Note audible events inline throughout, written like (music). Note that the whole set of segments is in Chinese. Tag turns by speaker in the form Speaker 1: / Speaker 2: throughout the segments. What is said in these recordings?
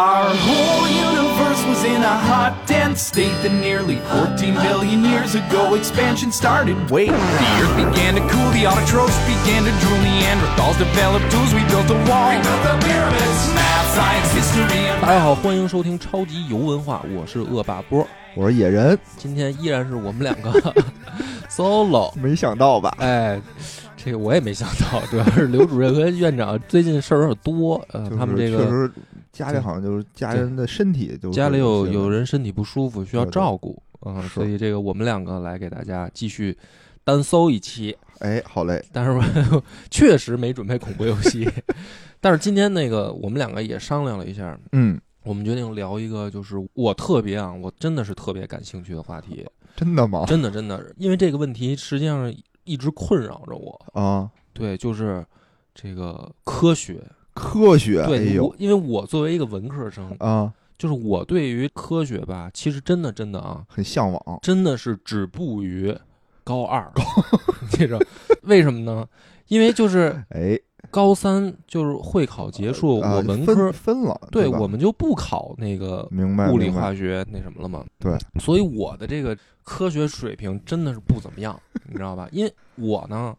Speaker 1: Our whole universe was in a hot, dense state that nearly 14 billion years ago expansion started. Wait, the earth began to cool, the autotrophs began to drool, Neanderthals developed tools, we built a wall. We built the pyramids, math, science, history, and
Speaker 2: 大家好，欢迎收听超级游文化，我是恶霸波。
Speaker 3: 我说野人，
Speaker 2: 今天依然是我们两个 (laughs) solo。
Speaker 3: (laughs) 没想到吧？
Speaker 2: 哎，这个我也没想到，主要是刘主任跟院长最近事儿有点多。呃，
Speaker 3: 就是
Speaker 2: 他们这
Speaker 3: 确
Speaker 2: 个
Speaker 3: 实家里好像就是家人的身体就
Speaker 2: 家里有
Speaker 3: 是
Speaker 2: 有人身体不舒服，需要
Speaker 3: 对对
Speaker 2: 照顾啊、
Speaker 3: 是
Speaker 2: 所以这个我们两个来给大家继续单搜一期。
Speaker 3: 哎，好嘞，
Speaker 2: 但是我 (laughs) 确实没准备恐怖游戏， (laughs) 但是今天那个我们两个也商量了一下，
Speaker 3: 嗯，
Speaker 2: 我们决定聊一个就是我特别啊，我真的是特别感兴趣的话题。
Speaker 3: 真的吗？
Speaker 2: 真的真的，因为这个问题实际上一直困扰着我。
Speaker 3: 啊，
Speaker 2: 对，就是这个科学。
Speaker 3: 科学，哎
Speaker 2: 对，
Speaker 3: 呦
Speaker 2: 我因为我作为一个文科生，
Speaker 3: 啊，
Speaker 2: 就是我对于科学吧，其实真的真的啊，
Speaker 3: 很向往，
Speaker 2: 真的是止步于高 (laughs) 二。这种为什么呢？因为就是
Speaker 3: 哎，
Speaker 2: 高三就是会考结束，
Speaker 3: 啊
Speaker 2: 我文
Speaker 3: 分
Speaker 2: 科
Speaker 3: 分了，
Speaker 2: 呃对
Speaker 3: 吧
Speaker 2: 我们就不考那个
Speaker 3: 明白
Speaker 2: 物理
Speaker 3: 明白
Speaker 2: 化学那什么了嘛。
Speaker 3: 对，
Speaker 2: 所以我的这个科学水平真的是不怎么样，你知道吧？因为我呢，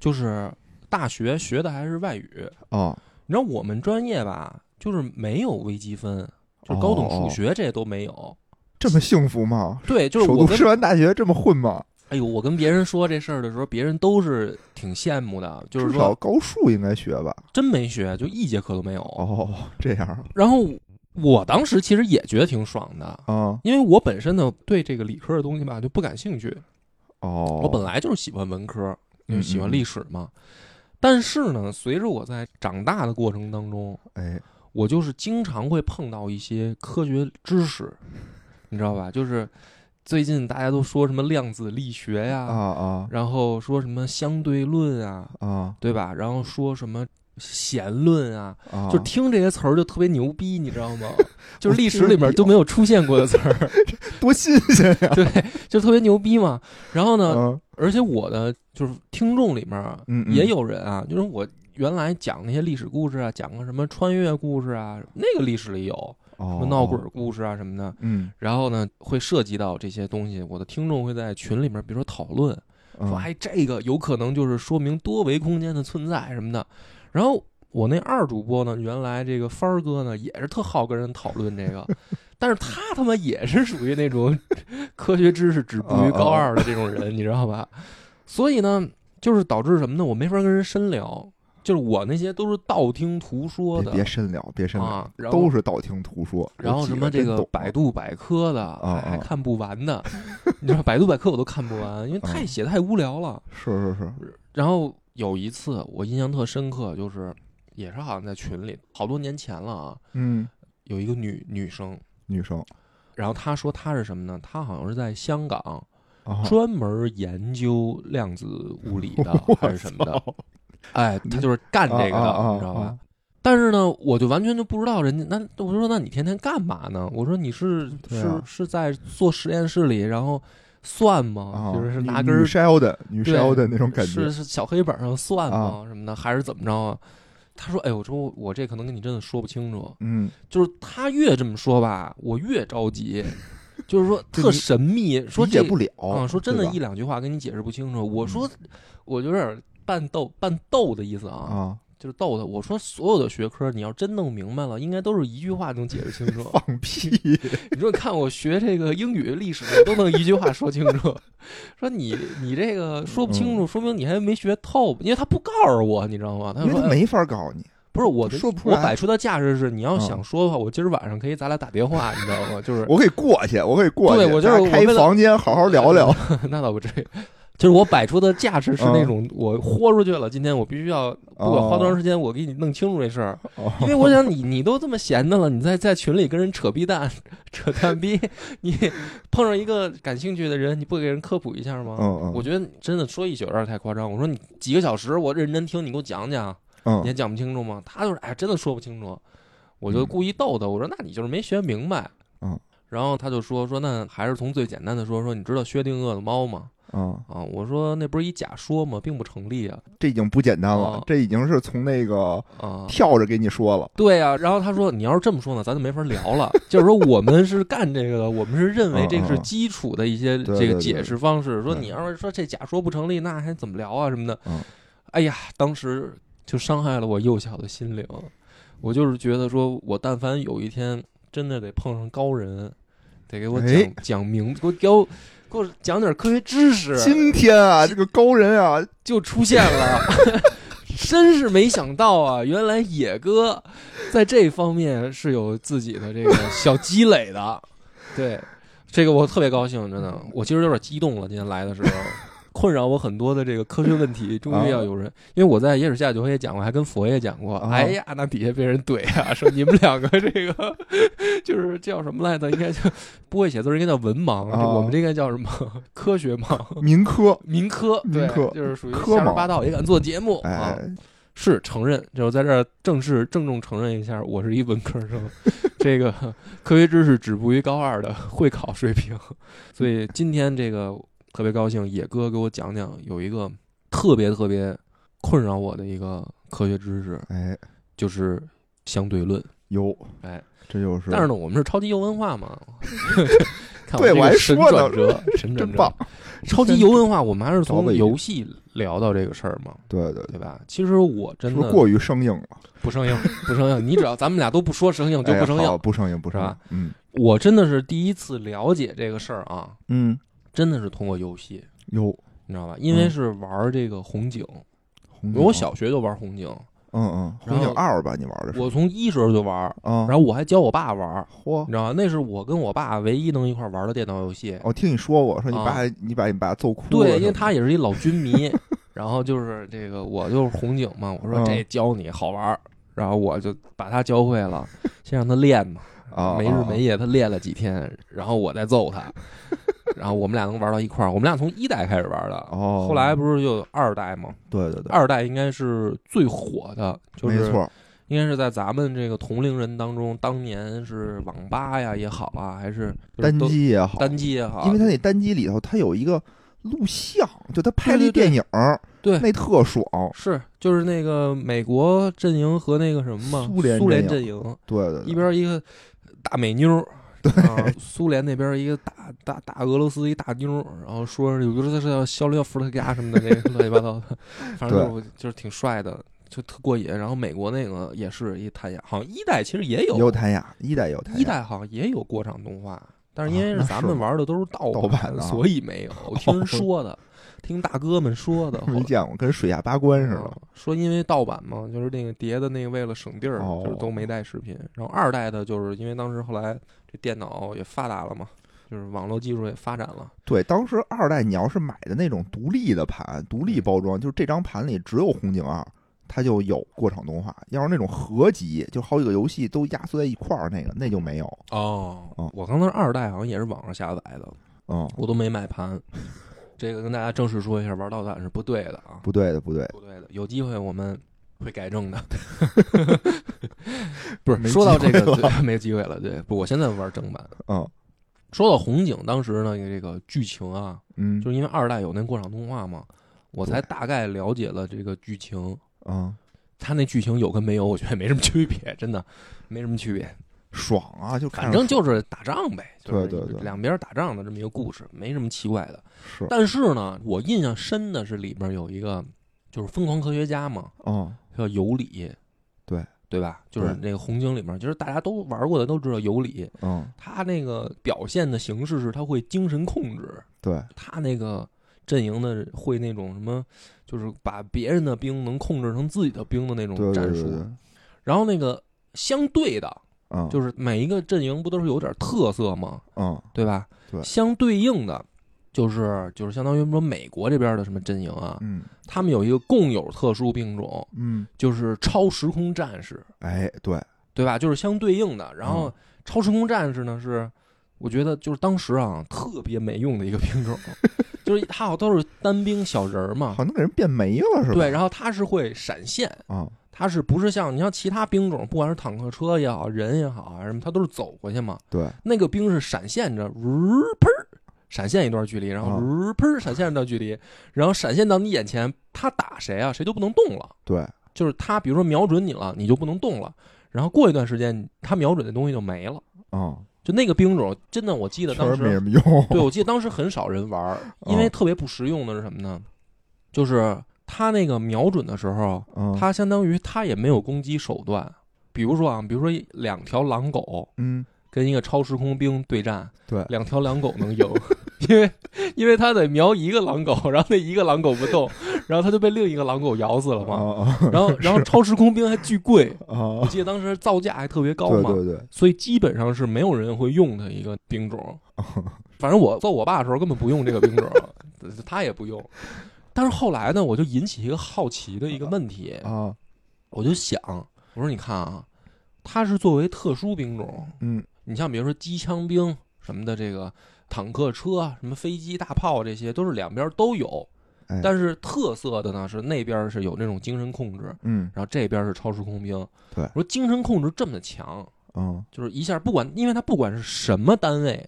Speaker 2: 就是大学学的还是外语，
Speaker 3: 啊，
Speaker 2: 你知道我们专业吧，就是没有微积分，就是高等
Speaker 3: 哦
Speaker 2: 数学这些都没有。
Speaker 3: 这么幸福吗？
Speaker 2: 对，就是
Speaker 3: 首
Speaker 2: 我
Speaker 3: 都
Speaker 2: 跟
Speaker 3: 师范大学这么混吗？
Speaker 2: 哎呦，我跟别人说这事儿的时候，别人都是挺羡慕的，就是
Speaker 3: 至少
Speaker 2: 说
Speaker 3: 高数应该学吧？
Speaker 2: 真没学，就一节课都没有。
Speaker 3: 哦，这样啊
Speaker 2: 然后我当时其实也觉得挺爽的，
Speaker 3: 啊，
Speaker 2: 因为我本身呢对这个理科的东西吧就不感兴趣，
Speaker 3: 哦，
Speaker 2: 我本来就是喜欢文科，因为喜欢
Speaker 3: 嗯嗯
Speaker 2: 历史嘛。但是呢，随着我在长大的过程当中，
Speaker 3: 哎，
Speaker 2: 我就是经常会碰到一些科学知识，你知道吧？就是最近大家都说什么量子力学呀，
Speaker 3: 啊啊
Speaker 2: 然后说什么相对论啊，
Speaker 3: 啊
Speaker 2: 对吧？然后说什么弦论啊，
Speaker 3: 啊，
Speaker 2: 就听这些词儿就特别牛逼，你知道
Speaker 3: (laughs)
Speaker 2: 吗？就是
Speaker 3: 我
Speaker 2: 历
Speaker 3: 听
Speaker 2: 史里
Speaker 3: 着
Speaker 2: 面
Speaker 3: 有
Speaker 2: 都没有出现过的词儿，
Speaker 3: 多新鲜
Speaker 2: (laughs)
Speaker 3: 呀！
Speaker 2: 对，就特别牛逼嘛。然后呢，
Speaker 3: 嗯
Speaker 2: 而且我的就是听众里面啊
Speaker 3: 嗯嗯
Speaker 2: 也有人啊，就是我原来讲那些历史故事啊，讲个什么穿越故事啊，那个历史里有什么
Speaker 3: 哦，
Speaker 2: 闹鬼故事啊什么的。
Speaker 3: 嗯，
Speaker 2: 然后呢，会涉及到这些东西，我的听众会在群里面，比如说讨论，
Speaker 3: 嗯
Speaker 2: 说哎，这个有可能就是说明多维空间的存在什么的。然后我那二主播呢，原来这个帆儿哥呢，也是特好跟人讨论这
Speaker 3: (laughs)
Speaker 2: 个，但是他他妈也是属于那种 (laughs) 科学知识止步
Speaker 3: 哦
Speaker 2: 于高二的这种人，你知道吧？所以呢，就是导致什么呢？我没法跟人深聊，就是我那些都是道听途说
Speaker 3: 别别
Speaker 2: 的。
Speaker 3: 深聊，别深聊，
Speaker 2: 啊，然后
Speaker 3: 都是道听途说。
Speaker 2: 然后
Speaker 3: 有几
Speaker 2: 什么这
Speaker 3: 真啊
Speaker 2: 个
Speaker 3: 懂
Speaker 2: 百度百科的，
Speaker 3: 啊
Speaker 2: 还还
Speaker 3: 啊
Speaker 2: 看不完的，你知道百度百科我都看不完，因为太
Speaker 3: 啊
Speaker 2: 写得太无聊了。
Speaker 3: 是是是，
Speaker 2: 然后有一次我印象特深刻，就是也是好像在群里，好多年前了啊，
Speaker 3: 嗯，
Speaker 2: 有一个女女生，
Speaker 3: 女生
Speaker 2: 然后她说她是什么呢？她好像是在香港
Speaker 3: 啊，
Speaker 2: 专门研究量子物理
Speaker 3: (laughs)
Speaker 2: 的还是什么的，
Speaker 3: 操
Speaker 2: 哎，她就是干这个
Speaker 3: 啊啊
Speaker 2: 的，
Speaker 3: 啊
Speaker 2: 你知道
Speaker 3: 啊
Speaker 2: 吧？但是呢，我就完全就不知道人家那我就说那你天天干嘛呢？我说你是
Speaker 3: 对
Speaker 2: 是
Speaker 3: 啊
Speaker 2: 是在做实验室里，然后算吗？
Speaker 3: 啊，
Speaker 2: 就是
Speaker 3: 女
Speaker 2: 拿
Speaker 3: 女
Speaker 2: 根儿
Speaker 3: Sheldon 女
Speaker 2: 对
Speaker 3: Sheldon 那种 (laughs) 感觉啊
Speaker 2: 是，是小黑板上算吗？什么的，还是怎么着啊？他说：“哎呦，我说我我这可能跟你真的说不清楚。
Speaker 3: 嗯，
Speaker 2: 就是他越这么说吧，我越着急，就是说
Speaker 3: 就
Speaker 2: 特
Speaker 3: 你
Speaker 2: 神秘，说
Speaker 3: 理解
Speaker 2: 这
Speaker 3: 不了
Speaker 2: 啊，说真的
Speaker 3: 对，吧
Speaker 2: 一两句话跟你解释不清楚。我
Speaker 3: 嗯
Speaker 2: 说，我就有点半逗半逗的意思啊，
Speaker 3: 啊，
Speaker 2: 就是逗他。我说所有的学科，你要真弄明白了，应该都是一句话能解释清楚。
Speaker 3: 放屁，
Speaker 2: 你说，看我学这个英语、历史都能一句话说清楚， (laughs) 说你你这个说不
Speaker 3: 嗯
Speaker 2: 清楚，说明你还没学透，因为他不告诉我，你知道吗？他
Speaker 3: 因
Speaker 2: 就
Speaker 3: 为
Speaker 2: 说、
Speaker 3: 他
Speaker 2: 哎
Speaker 3: 没法告你，
Speaker 2: 不是我的
Speaker 3: 说不出
Speaker 2: 我
Speaker 3: 来
Speaker 2: 摆出的架势是，你要
Speaker 3: 嗯
Speaker 2: 想说的话，我今儿晚上可以咱俩打电话，你知道吗？就是
Speaker 3: 我可以过去，我可以过去，
Speaker 2: 对我就是
Speaker 3: 咱俩开
Speaker 2: 我为了
Speaker 3: 房间好好聊聊，
Speaker 2: (laughs) 那倒不至于，就是我摆出的架势是
Speaker 3: 嗯
Speaker 2: 那种我豁出去了，今天我必须要不管花多长时间，我给你弄清楚这事儿，
Speaker 3: 哦
Speaker 2: 因为我想你你都这么闲的了，你在在群里跟人扯逼蛋、扯蛋逼，你碰上一个感兴趣的人，你不给人科普一下吗？
Speaker 3: 嗯嗯，
Speaker 2: 我觉得真的说一宿有点太夸张。我说你几个小时，我认真听，你给我讲讲，你
Speaker 3: 嗯
Speaker 2: 还讲不清楚吗？他就是哎，真的说不清楚，我就故意逗逗，我说那你就是没学明白。
Speaker 3: 嗯，
Speaker 2: 然后他就说说那还是从最简单的说说，你知道薛定谔的猫吗？
Speaker 3: 啊，
Speaker 2: 啊。我说那不是一假说吗？并不成立啊
Speaker 3: 这已经不简单了
Speaker 2: 哦，
Speaker 3: 这已经是从那个
Speaker 2: 啊。
Speaker 3: 跳着给你说了，
Speaker 2: 对呀、然后他说：“你要是这么说呢，咱就没法聊了。就是说，我们是干这个的，我们是认为这个是基础的一些
Speaker 3: 嗯嗯
Speaker 2: 这
Speaker 3: 嗯对
Speaker 2: 个
Speaker 3: 对
Speaker 2: 解释方式。说
Speaker 3: 对
Speaker 2: 你要是说这假说不成立，那还怎么聊啊什么的
Speaker 3: 嗯？
Speaker 2: 哎呀，当时就伤害了我幼小的心灵。我就是觉得说，我但凡有一天真的得碰上高人，得给我讲、
Speaker 3: 哎
Speaker 2: 讲明，给我给我给我讲点科学知识。
Speaker 3: 今天啊，这个高人啊，
Speaker 2: 就出现了， (laughs) 真是没想到啊！原来野哥在这方面是有自己的这个小积累 (laughs) 的。对，这个我特别高兴，真的，我其实有点激动了。今天来的时候， (laughs) 困扰我很多的这个科学问题，终于要有人，啊因为我在野史下酒会也讲过，还跟佛爷讲过。
Speaker 3: 啊
Speaker 2: 哎呀，那底下被人怼啊， (laughs) 说你们两个这个 (laughs) 就是叫什么来着？应该叫不会写字儿，应该叫文盲。
Speaker 3: 啊
Speaker 2: 我们这应该叫什么？ (laughs) 科学盲。
Speaker 3: 民科，
Speaker 2: 民科，
Speaker 3: 民
Speaker 2: 对，
Speaker 3: 科
Speaker 2: 就是属于
Speaker 3: 科
Speaker 2: 瞎说
Speaker 3: 嘛
Speaker 2: 八道，也敢做节目啊
Speaker 3: 哎，，
Speaker 2: 是承认，就是在这儿正式郑重承认一下，我是一文科
Speaker 3: (laughs)
Speaker 2: 生，这个科学知识止步于高二的会考水平，所以今天这个特别高兴，野哥给我讲讲有一个特别特别困扰我的一个科学知识，
Speaker 3: 哎，
Speaker 2: 就是相对论。
Speaker 3: 有，
Speaker 2: 哎，
Speaker 3: 这就是，
Speaker 2: 但是呢，我们是超级游文化
Speaker 3: (laughs)
Speaker 2: 嘛。看
Speaker 3: 对
Speaker 2: 这
Speaker 3: 我还
Speaker 2: 个神
Speaker 3: 说呢
Speaker 2: 转折，神转
Speaker 3: 真
Speaker 2: 折，
Speaker 3: 棒，
Speaker 2: 超级游文化，我们还是
Speaker 3: 宝
Speaker 2: 从
Speaker 3: 贝
Speaker 2: 游戏聊到这个事儿嘛，
Speaker 3: 对 (laughs) 对对，
Speaker 2: 对吧？其实我真
Speaker 3: 是不
Speaker 2: 的
Speaker 3: 是过于生硬了？
Speaker 2: 不生硬，不生
Speaker 3: (laughs)
Speaker 2: 硬。你只要咱们俩都不说生硬，就
Speaker 3: 哎
Speaker 2: 不
Speaker 3: 呀
Speaker 2: 生硬。
Speaker 3: 好不生硬，不生
Speaker 2: 是
Speaker 3: 硬
Speaker 2: 吧，
Speaker 3: 嗯
Speaker 2: 我真的是第一次了解这个事儿啊，
Speaker 3: 嗯，
Speaker 2: 真的是通过游戏，
Speaker 3: 有
Speaker 2: 你知道吧？因为是玩这个红警，
Speaker 3: 嗯红
Speaker 2: 我
Speaker 3: 警
Speaker 2: 小学就玩红警，
Speaker 3: 嗯嗯，
Speaker 2: 然
Speaker 3: 红
Speaker 2: 后
Speaker 3: 警二吧，你玩的是
Speaker 2: 我从一时候就玩，
Speaker 3: 啊？
Speaker 2: 然后我还教我爸玩，
Speaker 3: 嚯
Speaker 2: 你！知道吧？那是我跟我爸唯一能一块玩的电脑游戏。
Speaker 3: 哦我听你说过，说你
Speaker 2: 啊
Speaker 3: 把你把你爸揍哭了，
Speaker 2: 对，因为
Speaker 3: 是吧
Speaker 2: 他也是一老军迷，然后就是这个我就是红警嘛，我说
Speaker 3: 嗯
Speaker 2: 这教你好玩儿，然后我就把他教会了，先让他练嘛，
Speaker 3: 啊
Speaker 2: 没日没夜他练了几天，然后我再揍他，
Speaker 3: (laughs)
Speaker 2: 然后我们俩能玩到一块儿，我们俩从一代开始玩的，
Speaker 3: 哦，
Speaker 2: 后来不是就有二代嘛，
Speaker 3: 对对对，
Speaker 2: 二代应该是最火的，就是
Speaker 3: 没错，
Speaker 2: 应该是在咱们这个同龄人当中，当年是网吧呀也好啊，还是就是
Speaker 3: 单
Speaker 2: 都
Speaker 3: 机也好，
Speaker 2: 单机也好，啊
Speaker 3: 因为他那单机里头它有一个录像，就他拍了
Speaker 2: 对
Speaker 3: 一
Speaker 2: 对对
Speaker 3: 电影儿，
Speaker 2: 对
Speaker 3: 那特爽，
Speaker 2: 是，就是那个美国阵营和那个什么嘛，
Speaker 3: 苏联
Speaker 2: 苏联阵
Speaker 3: 阵
Speaker 2: 营，
Speaker 3: 对对
Speaker 2: 一
Speaker 3: 对，
Speaker 2: 边一个大美妞
Speaker 3: (laughs)
Speaker 2: 儿，啊，苏联那边一个大大大俄罗斯一大妞儿，然后说有的是要肖廖伏特加什么的，那个 (laughs) 乱七八糟的，反正就是就是挺帅的，就特过瘾。然后美国那个也是一弹雅，好像一代其实也有，
Speaker 3: 也有谭雅，一代也有谭雅，
Speaker 2: 一代好像也有过场动画，但是因为
Speaker 3: 啊
Speaker 2: 是
Speaker 3: 那
Speaker 2: 咱
Speaker 3: 是
Speaker 2: 们
Speaker 3: 吗
Speaker 2: 玩的都是盗
Speaker 3: 盗版的啊
Speaker 2: 所以没有。
Speaker 3: (laughs)
Speaker 2: 我听人说的，听大哥们说的，后
Speaker 3: 没
Speaker 2: 来
Speaker 3: 见过，跟水下八关似的
Speaker 2: 啊。说因为盗版嘛，就是那个碟的那个为了省地儿，
Speaker 3: 哦
Speaker 2: 就是都没带视频。然后二代的，就是因为当时后来这电脑也发达了嘛，就是网络技术也发展了，
Speaker 3: 对，当时二代你要是买的那种独立的盘，独
Speaker 2: 嗯
Speaker 3: 立包装，就是这张盘里只有《红警二》，它就有过场动画；要是那种合集，就好几个游戏都压缩在一块儿，那个那就没有。
Speaker 2: 哦
Speaker 3: 哦
Speaker 2: 我刚才二代好像也是网上下载的，
Speaker 3: 嗯，
Speaker 2: 我都没买
Speaker 3: (laughs)
Speaker 2: 盘。这个跟大家正式说一下，玩盗版是不对的啊，
Speaker 3: 不对的，不对的，
Speaker 2: 不对的，有机会我们会改正
Speaker 3: (laughs)
Speaker 2: 的。不是
Speaker 3: 没
Speaker 2: 说到这
Speaker 3: 机会
Speaker 2: 个，
Speaker 3: 了
Speaker 2: 对 (laughs) 没机会了。对，不，我现在玩正版。
Speaker 3: 嗯
Speaker 2: 说到红警，当时呢，这个剧情啊，
Speaker 3: 嗯，
Speaker 2: 就是因为二代有那过场动画嘛，我才大概了解了这个剧情。
Speaker 3: 嗯，
Speaker 2: 他那剧情有跟没有，我觉得没什么区别，真的没什么区别。
Speaker 3: 爽啊，就看
Speaker 2: 反
Speaker 3: 着
Speaker 2: 正就是打仗呗，就是
Speaker 3: 对对对
Speaker 2: 两边打仗的这么一个故事，没什么奇怪的。
Speaker 3: 是，
Speaker 2: 但是呢，我印象深的是里边有一个就是疯狂科学家嘛，
Speaker 3: 嗯，
Speaker 2: 叫尤里，
Speaker 3: 对
Speaker 2: 对吧？就是那个红警里面，就是大家都玩过的都知道尤里，
Speaker 3: 嗯，
Speaker 2: 他那个表现的形式是他会精神控制，
Speaker 3: 对，
Speaker 2: 他那个阵营的会那种什么，就是把别人的兵能控制成自己的兵的那种
Speaker 3: 对对
Speaker 2: 战
Speaker 3: 对
Speaker 2: 术。
Speaker 3: 对，
Speaker 2: 然后那个相对的，
Speaker 3: 嗯，
Speaker 2: 就是每一个阵营不都是有点特色吗？
Speaker 3: 嗯，
Speaker 2: 对吧？
Speaker 3: 对
Speaker 2: 相对应的。就是就是相当于说美国这边的什么阵营啊，
Speaker 3: 嗯
Speaker 2: 他们有一个共有特殊兵种，
Speaker 3: 嗯，
Speaker 2: 就是超时空战士，
Speaker 3: 哎，对，
Speaker 2: 对吧？就是相对应的。然后
Speaker 3: 嗯
Speaker 2: 超时空战士呢是，我觉得就是当时啊特别没用的一个兵种， (laughs) 就是他好像都是单兵小人儿嘛
Speaker 3: 好，像给人变没了是吧？
Speaker 2: 对，然后他是会闪现，
Speaker 3: 啊，
Speaker 2: 他是不是像你像其他兵种，不管是坦克车也好，人也好啊什么，他都是走过去嘛，
Speaker 3: 对，
Speaker 2: 那个兵是闪现着，呜、呃、喷儿闪现一段距离，然后
Speaker 3: 啊
Speaker 2: 噗砰闪现一段距离，然后闪现到你眼前，他打谁啊，谁就不能动了。
Speaker 3: 对，
Speaker 2: 就是他比如说瞄准你了，你就不能动了。然后过一段时间，他瞄准的东西就没了。
Speaker 3: 嗯，
Speaker 2: 就那个兵种，真的我记得
Speaker 3: 确
Speaker 2: 当
Speaker 3: 实没
Speaker 2: 时
Speaker 3: 什么用。
Speaker 2: 对，我记得当时很少人玩儿，因为
Speaker 3: 哦
Speaker 2: 特别不实用的是什么呢？就是他那个瞄准的时候，
Speaker 3: 嗯，
Speaker 2: 他相当于他也没有攻击手段。比如说啊，比如说两条狼狗
Speaker 3: 嗯，
Speaker 2: 跟一个超时空兵对战，
Speaker 3: 对
Speaker 2: 两条狼狗能赢，因为因为他得瞄一个狼狗，然后那一个狼狗不动，然后他就被另一个狼狗咬死了嘛。
Speaker 3: 啊 (laughs)
Speaker 2: 然后然后超时空兵还巨贵，
Speaker 3: 啊啊
Speaker 2: 我！ (laughs) 记得当时造价还特别高
Speaker 3: 对
Speaker 2: 嘛。
Speaker 3: 对对，
Speaker 2: 所以基本上是没有人会用的一个兵
Speaker 3: (laughs)
Speaker 2: 种。反正我揍我爸的时候根本不用这个兵种，他也不用。但是后来呢，我就引起一个好奇的一个问题，
Speaker 3: 啊，
Speaker 2: 我就想，我说你看啊，他是作为特殊兵种，
Speaker 3: 嗯
Speaker 2: 你像比如说机枪兵什么的，这个坦克车、什么飞机、大炮这些都是两边都有
Speaker 3: 哎，
Speaker 2: 但是特色的呢是那边是有那种精神控制，
Speaker 3: 嗯
Speaker 2: 然后这边是超时空兵。
Speaker 3: 对
Speaker 2: 我说精神控制这么强，
Speaker 3: 嗯，
Speaker 2: 就是一下不管，因为他不管是什么单位，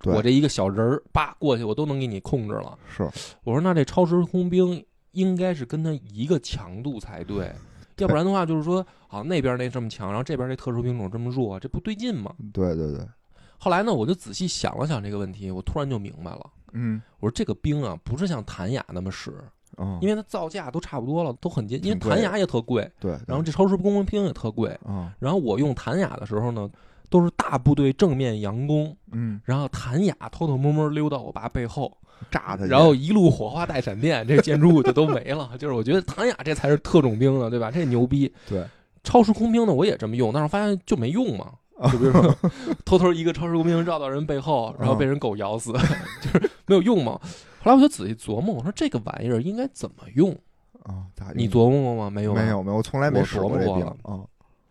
Speaker 3: 对，
Speaker 2: 我这一个小人儿叭过去，我都能给你控制了。
Speaker 3: 是
Speaker 2: 我说那这超时空兵应该是跟他一个强度才
Speaker 3: (laughs)
Speaker 2: 对，要不然的话就是说，啊那边那这么强，然后这边这特殊兵种这么弱，这不对劲嘛。
Speaker 3: 对对对，
Speaker 2: 后来呢，我就仔细想了想这个问题，我突然就明白了。
Speaker 3: 嗯
Speaker 2: 我说这个兵啊，不是像弹雅那么使，
Speaker 3: 啊，
Speaker 2: 因为
Speaker 3: 为
Speaker 2: 它造价都差不多了，都很接，因为
Speaker 3: 挺贵的
Speaker 2: 弹雅也特贵，
Speaker 3: 对，
Speaker 2: 然后这超时空兵也特贵。
Speaker 3: 啊，
Speaker 2: 然后我用弹雅的时候呢，都是大部队正面佯攻，
Speaker 3: 嗯，
Speaker 2: 然后谭雅偷偷摸摸溜到我爸背后，
Speaker 3: 炸他一下，
Speaker 2: 然后一路火花带闪电，这建筑物就都没了。 (laughs) 就是我觉得谭雅这才是特种兵呢，对吧？这牛逼。
Speaker 3: 对，
Speaker 2: 超时空兵呢，我也这么用，但是我发现就没用嘛。 (laughs) 就比如说，偷偷一个超时空兵绕到人背后，然后被人狗咬死，就是没有用嘛。后来我就仔细琢磨，我说这个玩意儿应该怎么用？
Speaker 3: 啊，咋
Speaker 2: 你
Speaker 3: 用
Speaker 2: 琢磨过吗？没有，
Speaker 3: 没。有没有，啊我从来没
Speaker 2: 我
Speaker 3: 使
Speaker 2: 琢
Speaker 3: 过这
Speaker 2: 磨过嗯
Speaker 3: 病
Speaker 2: 了
Speaker 3: 啊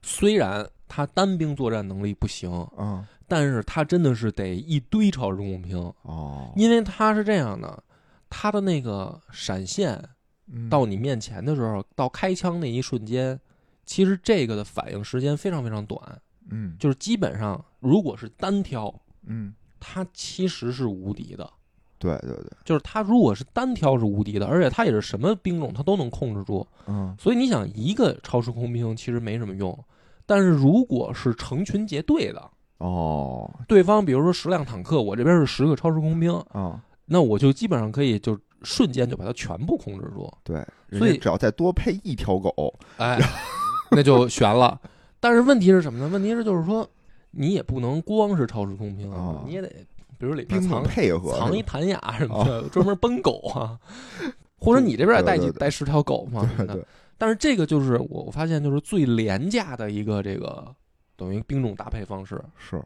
Speaker 2: 虽然他单兵作战能力不行，
Speaker 3: 啊
Speaker 2: 但是他真的是得一堆超时空兵。
Speaker 3: 哦，
Speaker 2: 因为它是这样的，它的那个闪现
Speaker 3: 嗯
Speaker 2: 到你面前的时候，到开枪那一瞬间，其实这个的反应时间非常非常短，
Speaker 3: 嗯
Speaker 2: 就是基本上如果是单挑，
Speaker 3: 嗯，
Speaker 2: 它其实是无敌的。
Speaker 3: 对对对，
Speaker 2: 就是它如果是单挑是无敌的，而且它也是什么兵种它都能控制住，
Speaker 3: 嗯
Speaker 2: 所以你想一个超时空兵其实没什么用，但是如果是成群结队的，
Speaker 3: 哦
Speaker 2: 对方比如说十辆坦克，我这边是十个超时空兵，
Speaker 3: 啊，
Speaker 2: 那我就基本上可以就瞬间就把它全部控制
Speaker 3: (laughs)
Speaker 2: 住，
Speaker 3: 对，人
Speaker 2: 所
Speaker 3: 家
Speaker 2: 以
Speaker 3: 只要再多配一条狗，
Speaker 2: 哎，那就悬了。但是问题是什么呢？问题是就是说，你也不能光是超时空兵
Speaker 3: 啊
Speaker 2: 你也得比如里面
Speaker 3: 兵种
Speaker 2: 藏
Speaker 3: 配合
Speaker 2: 藏一
Speaker 3: 是吧啊
Speaker 2: 弹雅什么的，专门崩狗啊，或者你这边也带
Speaker 3: 对
Speaker 2: 几
Speaker 3: 对对
Speaker 2: 带十条狗嘛什么
Speaker 3: 对
Speaker 2: 的。
Speaker 3: 对，
Speaker 2: 但是这个就是我我发现就是最廉价的一个这个等于兵种搭配方式，
Speaker 3: 是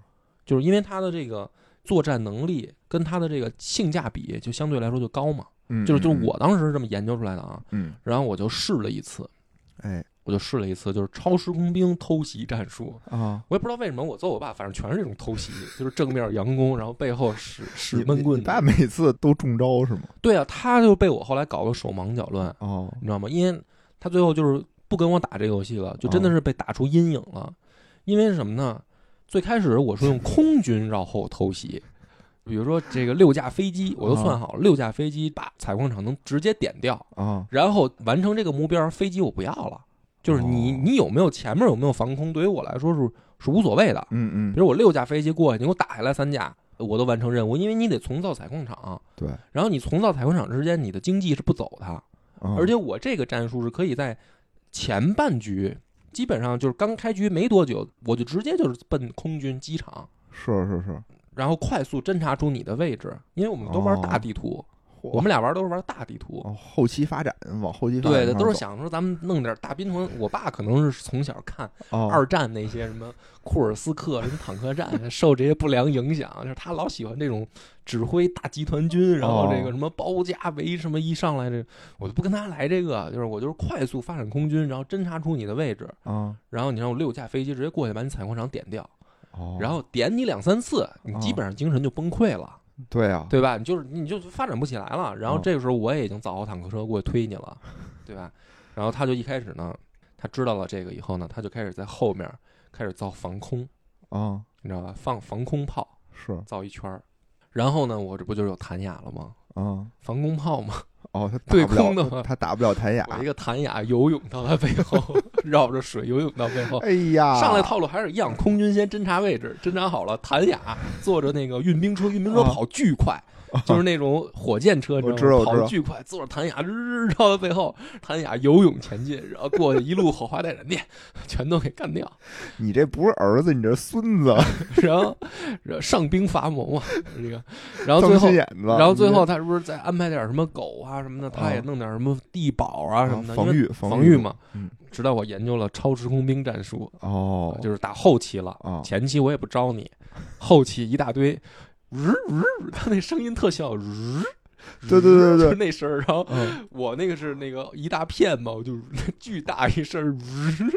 Speaker 2: 就是因为它的这个作战能力跟它的这个性价比就相对来说就高嘛。
Speaker 3: 嗯
Speaker 2: 就是就是
Speaker 3: 嗯
Speaker 2: 我当时是这么研究出来的啊，
Speaker 3: 嗯
Speaker 2: 然后我就试了一次，
Speaker 3: 哎
Speaker 2: 我就试了一次，就是超时空兵偷袭战术。
Speaker 3: 啊。
Speaker 2: 我也不知道为什么我揍我爸，反正全是这种偷袭， (laughs) 就是正面佯攻，然后背后使
Speaker 3: 你
Speaker 2: 使闷棍
Speaker 3: 你爸
Speaker 2: 的。
Speaker 3: 每次都中招是吗？
Speaker 2: 对啊，他就被我后来搞得手忙脚乱，
Speaker 3: 哦，
Speaker 2: 你知道吗？因为他最后就是不跟我打这个游戏了，就真
Speaker 3: 哦
Speaker 2: 的是被打出阴影了。因为是什么呢？最开始我是用空军绕后偷袭，比如说这个六架飞机，我都
Speaker 3: 哦
Speaker 2: 算好了，六架飞机把采矿场能直接点掉，
Speaker 3: 啊，
Speaker 2: 然后完成这个目标，飞机我不要了。就是你，
Speaker 3: 哦
Speaker 2: 你有没有前面有没有防空，对于我来说是是无所谓的。
Speaker 3: 嗯嗯，
Speaker 2: 比如我六架飞机过去，你给我打下来三架，我都完成任务，因为你得重造采矿场。
Speaker 3: 对，
Speaker 2: 然后你重造采矿场之间，你的经济是不走的，
Speaker 3: 啊
Speaker 2: 而且我这个战术是可以在前半局，基本上就是刚开局没多久，我就直接就是奔空军机场，
Speaker 3: 是是是，
Speaker 2: 然后快速侦察出你的位置，因为我们都玩大地图，我们俩玩都是玩大地图。
Speaker 3: 哦，后期发展往后期发展
Speaker 2: 对
Speaker 3: 上
Speaker 2: 的，
Speaker 3: 走，
Speaker 2: 都是想说咱们弄点大兵团。我爸可能是从小看
Speaker 3: 哦
Speaker 2: 二战那些什么库尔斯克、什么坦克战，受这些不良影响，就是他老喜欢这种指挥大集团军，然后这
Speaker 3: 哦
Speaker 2: 个什么包夹围什么一上来这，我就不跟他来这个，就是我就是快速发展空军，然后侦察出你的位置，
Speaker 3: 啊，
Speaker 2: 然后你让我六架飞机直接过去把你采矿场点掉，
Speaker 3: 哦，
Speaker 2: 然后点你两三次，你基本上精神就崩溃了，
Speaker 3: 对啊，嗯
Speaker 2: 对吧？你就是你就发展不起来了。然后这个时候我也已经造好坦克车过去推你了，对吧？然后他就一开始呢，他知道了这个以后呢，他就开始在后面开始造防空。
Speaker 3: 啊，
Speaker 2: 你知道吧？放防空炮
Speaker 3: 是
Speaker 2: 造一圈儿，然后呢，我这不就是有弹雅了吗？
Speaker 3: 啊，
Speaker 2: 防空炮嘛，
Speaker 3: 哦，他
Speaker 2: (laughs) 对
Speaker 3: 打不
Speaker 2: 空的
Speaker 3: 了，
Speaker 2: 话
Speaker 3: 他打不了谭雅。
Speaker 2: 我一个弹雅游泳到他背后， (laughs) 绕着水游泳到背后。
Speaker 3: 哎呀，
Speaker 2: 上来套路还是一样，空军先侦察位置，侦察好了，弹雅坐着那个运兵车，运兵车
Speaker 3: 啊
Speaker 2: 跑巨快，就是那种火箭车，你
Speaker 3: 我知
Speaker 2: 吗？
Speaker 3: 道我
Speaker 2: 跑
Speaker 3: 知道
Speaker 2: 得巨快，坐着弹雅日绕到背后，弹雅游泳前进，然后过去一路火花带闪电，全都给干掉。 (laughs)
Speaker 3: 你这不是儿子，你这是孙子，
Speaker 2: 然后然后上兵伐谋嘛，这个，然
Speaker 3: (laughs)
Speaker 2: 后最
Speaker 3: 脏
Speaker 2: 后
Speaker 3: 心，眼子。
Speaker 2: 然后最
Speaker 3: 你这
Speaker 2: 后他是不是再安排点什么狗啊什么的，他也
Speaker 3: 啊
Speaker 2: 弄点什么地堡啊什么的，
Speaker 3: 防
Speaker 2: 因为
Speaker 3: 御
Speaker 2: 防
Speaker 3: 御
Speaker 2: 御嘛。
Speaker 3: 嗯
Speaker 2: 直到我研究了超时空兵战术，
Speaker 3: 哦，
Speaker 2: 就是打后期了，
Speaker 3: 啊
Speaker 2: 前期我也不招你，后期一大堆，日日，他那声音特效，日。
Speaker 3: 对对对对
Speaker 2: 就是那声儿，然后
Speaker 3: 嗯
Speaker 2: 我那个是那个一大片嘛，我就 (laughs) 巨大一声儿，日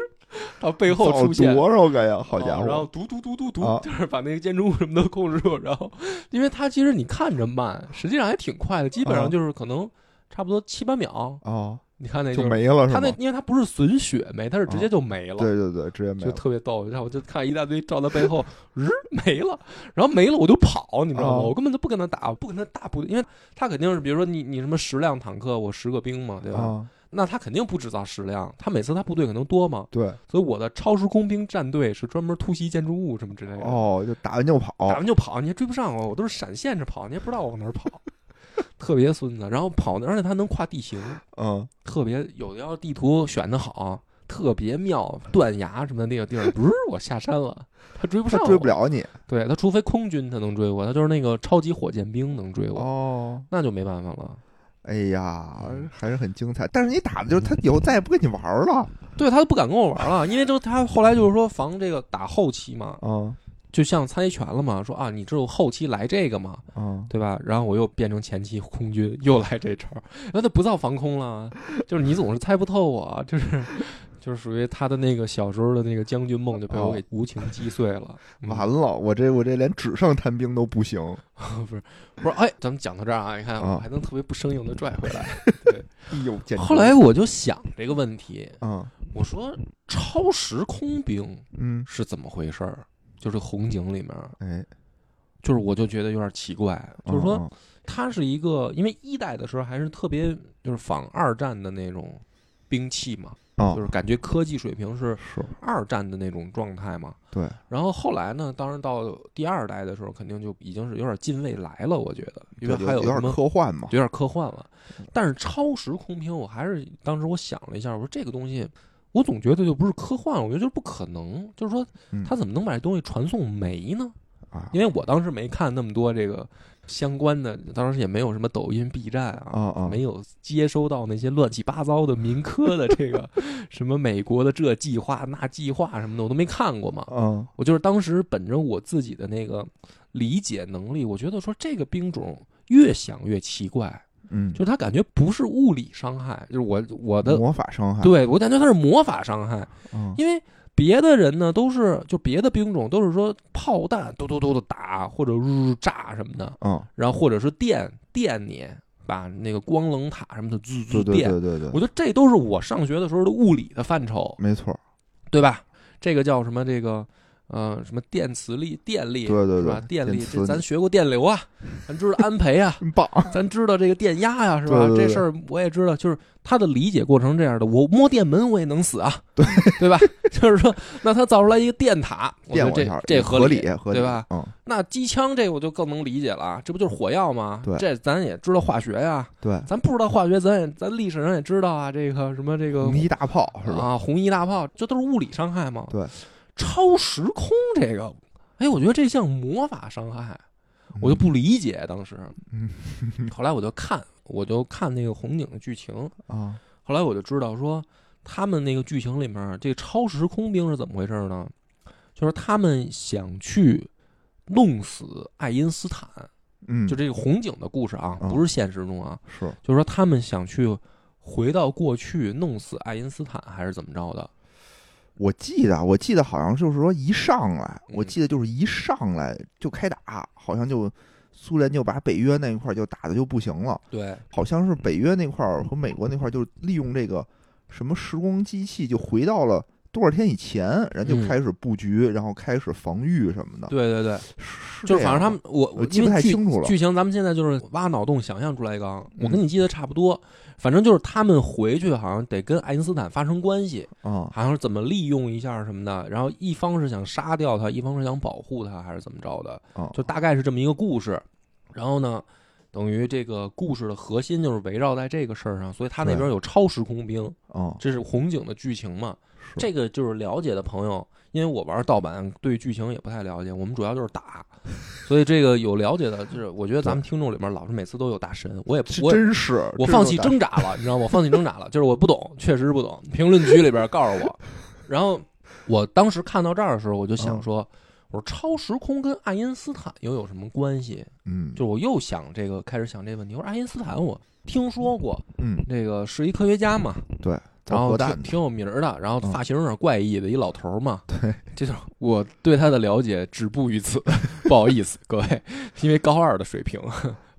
Speaker 2: 到背后
Speaker 3: 造
Speaker 2: 出现，
Speaker 3: 多少个呀？好
Speaker 2: 啊
Speaker 3: 家
Speaker 2: 然后
Speaker 3: 伙，
Speaker 2: 嘟嘟嘟嘟嘟，
Speaker 3: 啊
Speaker 2: (laughs) 就是把那个建筑物什么都控制住。然后，因为它其实你看着慢，实际上还挺快的，基本
Speaker 3: 啊
Speaker 2: 上就是可能差不多七八秒。
Speaker 3: 哦，
Speaker 2: 你看那
Speaker 3: 就
Speaker 2: 就是
Speaker 3: 没了是
Speaker 2: 它
Speaker 3: 吗？啊
Speaker 2: 那，因为它不是损血没，它是直接就没了。
Speaker 3: 对对对，直接没
Speaker 2: 就
Speaker 3: 了。
Speaker 2: 特别逗，然后我就看一大堆照在背后，日没了，然后没了我就跑，你知道吗？
Speaker 3: 啊
Speaker 2: 我根本就不跟他打，不跟他打不，因为他肯定是比如说你你什么十辆坦克，我十个兵嘛，对吧？
Speaker 3: 啊，
Speaker 2: 那他肯定不止造十辆，他每次他部队可能多嘛，
Speaker 3: 对，
Speaker 2: 所以我的超时空兵战队是专门突袭建筑物什么之类的。
Speaker 3: 哦，就打完就跑，
Speaker 2: 打完就跑，你还追不上我，我都是闪现着跑，你也不知道我往哪儿
Speaker 3: (laughs)
Speaker 2: 跑，特别孙子。然后跑呢，而且它能跨地形，
Speaker 3: 嗯，
Speaker 2: 特别有的要是地图选的好，特别妙，断崖什么的那个地儿，不是我下山了，它追不
Speaker 3: 他
Speaker 2: 上，
Speaker 3: 追不。了你。
Speaker 2: 对他，除非空军他能追我，他就是那个超级火箭兵能追我，
Speaker 3: 哦，
Speaker 2: 那就没办法了。
Speaker 3: 哎呀
Speaker 2: 嗯，
Speaker 3: 还是很精彩。但是你打的就是他以后再也不跟你玩了
Speaker 2: 对他都不敢跟我玩了，因为就他后来就是说防这个打后期嘛，
Speaker 3: 啊
Speaker 2: 就像参一拳了嘛，说啊，你只有后期来这个嘛，
Speaker 3: 啊！
Speaker 2: 对吧？然后我又变成前期空军，又来这招儿，那他不造防空了，就是你总是猜不透我，就是就是属于他的那个小时候的那个将军梦就被我给无情击碎
Speaker 3: (laughs)
Speaker 2: 了。嗯
Speaker 3: 哦完了，我这我这连纸上谈兵都不行，
Speaker 2: 不是不是，哎，咱们讲到这儿啊，你看
Speaker 3: 啊
Speaker 2: 我还能特别不生硬的拽回
Speaker 3: (laughs)
Speaker 2: 来。
Speaker 3: 哎呦，简直
Speaker 2: 后来我就想这个问题，
Speaker 3: 啊，
Speaker 2: 我说超时空兵
Speaker 3: 嗯，
Speaker 2: 是怎么回事儿？就是红警里面，
Speaker 3: 哎，
Speaker 2: 就是我就觉得有点奇怪，就是说
Speaker 3: 嗯，
Speaker 2: 它是一个，因为一代的时候还是特别就是仿二战的那种兵器嘛，
Speaker 3: 嗯
Speaker 2: 就
Speaker 3: 嗯
Speaker 2: 是感觉科技水平是
Speaker 3: 是，
Speaker 2: 二战的那种状态嘛。
Speaker 3: 对，
Speaker 2: 然后后来呢，当然到第二代的时候，肯定就已经是有点近未来了，我觉得，因为
Speaker 3: 对
Speaker 2: 还
Speaker 3: 有
Speaker 2: 什
Speaker 3: 点
Speaker 2: 么。
Speaker 3: 科幻嘛，
Speaker 2: 有点科幻了，但是超时空兵，我还是当时我想了一下，我说这个东西，我总觉得就不是科幻，我觉得就是不可能，就是说
Speaker 3: 嗯
Speaker 2: 他怎么能把这东西传送没呢？
Speaker 3: 啊
Speaker 2: 因为我当时没看那么多这个相关的，当时也没有什么抖音、B 站啊，
Speaker 3: 啊啊，
Speaker 2: 没有接收到那些乱七八糟的民科的这个什么美国的这计划、那计划什么的，我都没看过嘛。
Speaker 3: 嗯
Speaker 2: 我就是当时本着我自己的那个理解能力，我觉得说这个兵种越想越奇怪，
Speaker 3: 嗯，
Speaker 2: 就是他感觉不是物理伤害，就是我我的
Speaker 3: 魔法伤害，
Speaker 2: 对我感觉他是魔法伤害，
Speaker 3: 嗯，
Speaker 2: 因为别的人呢都是就别的兵种都是说炮弹嘟嘟嘟的打或者呜炸什么的，
Speaker 3: 嗯，
Speaker 2: 然后或者是电电你把那个光棱塔什么的滋滋
Speaker 3: 对对
Speaker 2: 电，
Speaker 3: 对对对
Speaker 2: 我，觉得这都是我上学的时候的物理的范畴，
Speaker 3: 没错，
Speaker 2: 对吧？这个叫什么？这个呃什么电磁力、电力
Speaker 3: 对对
Speaker 2: 是吧
Speaker 3: 对，？
Speaker 2: 电力
Speaker 3: 磁
Speaker 2: 这咱
Speaker 3: 力
Speaker 2: 学过电流啊，咱知道安培啊，
Speaker 3: (laughs) 真棒，
Speaker 2: 咱知道这个电压呀、是吧？
Speaker 3: 对对对
Speaker 2: 这事儿我也知道，就是他的理解过程这样的，我摸电门我也能死啊，
Speaker 3: (laughs) 对
Speaker 2: 对吧？就是说，那他造出来一个电塔，我觉
Speaker 3: 电
Speaker 2: 得
Speaker 3: 我一
Speaker 2: 这
Speaker 3: 下，
Speaker 2: 这
Speaker 3: 合
Speaker 2: 理，
Speaker 3: 合理，
Speaker 2: 对吧？？
Speaker 3: 嗯，
Speaker 2: 那机枪这我就更能理解了，啊这不就是火药吗？
Speaker 3: 对
Speaker 2: 这咱也知道化学呀、
Speaker 3: 对，
Speaker 2: 咱不知道化学，咱也咱历史上也知道啊，这个什么这个
Speaker 3: 迷大炮是吧？
Speaker 2: 啊，红衣大炮，这都是物理伤害嘛。
Speaker 3: 对，
Speaker 2: 超时空这个，哎，我觉得这像魔法伤害。我就不理解当时。
Speaker 3: 嗯
Speaker 2: 后来我就看，我就看那个红警的剧情，
Speaker 3: 嗯啊，
Speaker 2: 后来我就知道说，他们那个剧情里面这个超时空兵是怎么回事呢？就是他们想去弄死爱因斯坦，
Speaker 3: 嗯，
Speaker 2: 就这个红警的故事啊，
Speaker 3: 嗯
Speaker 2: 不是现实中啊，
Speaker 3: 是
Speaker 2: 就是说他们想去回到过去弄死爱因斯坦，还是怎么着的？
Speaker 3: 我记得，我记得好像就是说一上来，
Speaker 2: 嗯
Speaker 3: 我记得就是一上来就开打，好像就苏联就把北约那一块儿就打的就不行了，
Speaker 2: 对，
Speaker 3: 好像是北约那块儿和美国那块儿就利用这个什么时光机器就回到了。多少天以前，人就
Speaker 2: 嗯
Speaker 3: 开始布局，然后开始防御什么的，
Speaker 2: 对对对，
Speaker 3: 是是
Speaker 2: 就是
Speaker 3: 这
Speaker 2: 反正
Speaker 3: 样
Speaker 2: 他
Speaker 3: 吗
Speaker 2: 们我
Speaker 3: 我
Speaker 2: 我
Speaker 3: 记不
Speaker 2: 因为
Speaker 3: 太
Speaker 2: 剧
Speaker 3: 清楚了
Speaker 2: 剧情咱们现在就是挖脑洞想象出来一个啊，我跟
Speaker 3: 嗯
Speaker 2: 你记得差不多。反正就是他们回去好像得跟爱因斯坦发生关系，
Speaker 3: 啊，
Speaker 2: 好像是怎么利用一下什么的。然后一方是想杀掉他，一方是想保护他，还是怎么着的？
Speaker 3: 啊
Speaker 2: 就大概是这么一个故事。然后呢，等于这个故事的核心就是围绕在这个事儿上，所以他那
Speaker 3: 对
Speaker 2: 边有超时空兵，
Speaker 3: 啊，
Speaker 2: 这是红警的剧情嘛。
Speaker 3: 是
Speaker 2: 这个就是了解的朋友，因为我玩盗版，对剧情也不太了解，我们主要就是打，所以这个有了解的，就是我觉得咱们听众里面老是每次都有大神，我也不
Speaker 3: 这
Speaker 2: 我
Speaker 3: 真是
Speaker 2: 我
Speaker 3: 这
Speaker 2: 放
Speaker 3: 是
Speaker 2: 弃
Speaker 3: 打
Speaker 2: 挣扎了，你知道吗？我放弃挣扎了，就是我不懂，确实是不懂。评论区里边告诉我，然后我当时看到这儿的时候，我就想说，我说超时空跟爱因斯坦又有什么关系？
Speaker 3: 嗯
Speaker 2: 就我又想这个，开始想这个问题。我说爱因斯坦，我听说过，
Speaker 3: 嗯
Speaker 2: 这个是一科学家嘛，
Speaker 3: 对，
Speaker 2: 然
Speaker 3: 核
Speaker 2: 后
Speaker 3: 弹
Speaker 2: 挺挺有名儿的，然后
Speaker 3: 嗯
Speaker 2: 发型有点怪异的一老头儿嘛，
Speaker 3: 对，
Speaker 2: 这就是我对他的了解止步于此， (laughs) 不好意思各位，因为高二的水平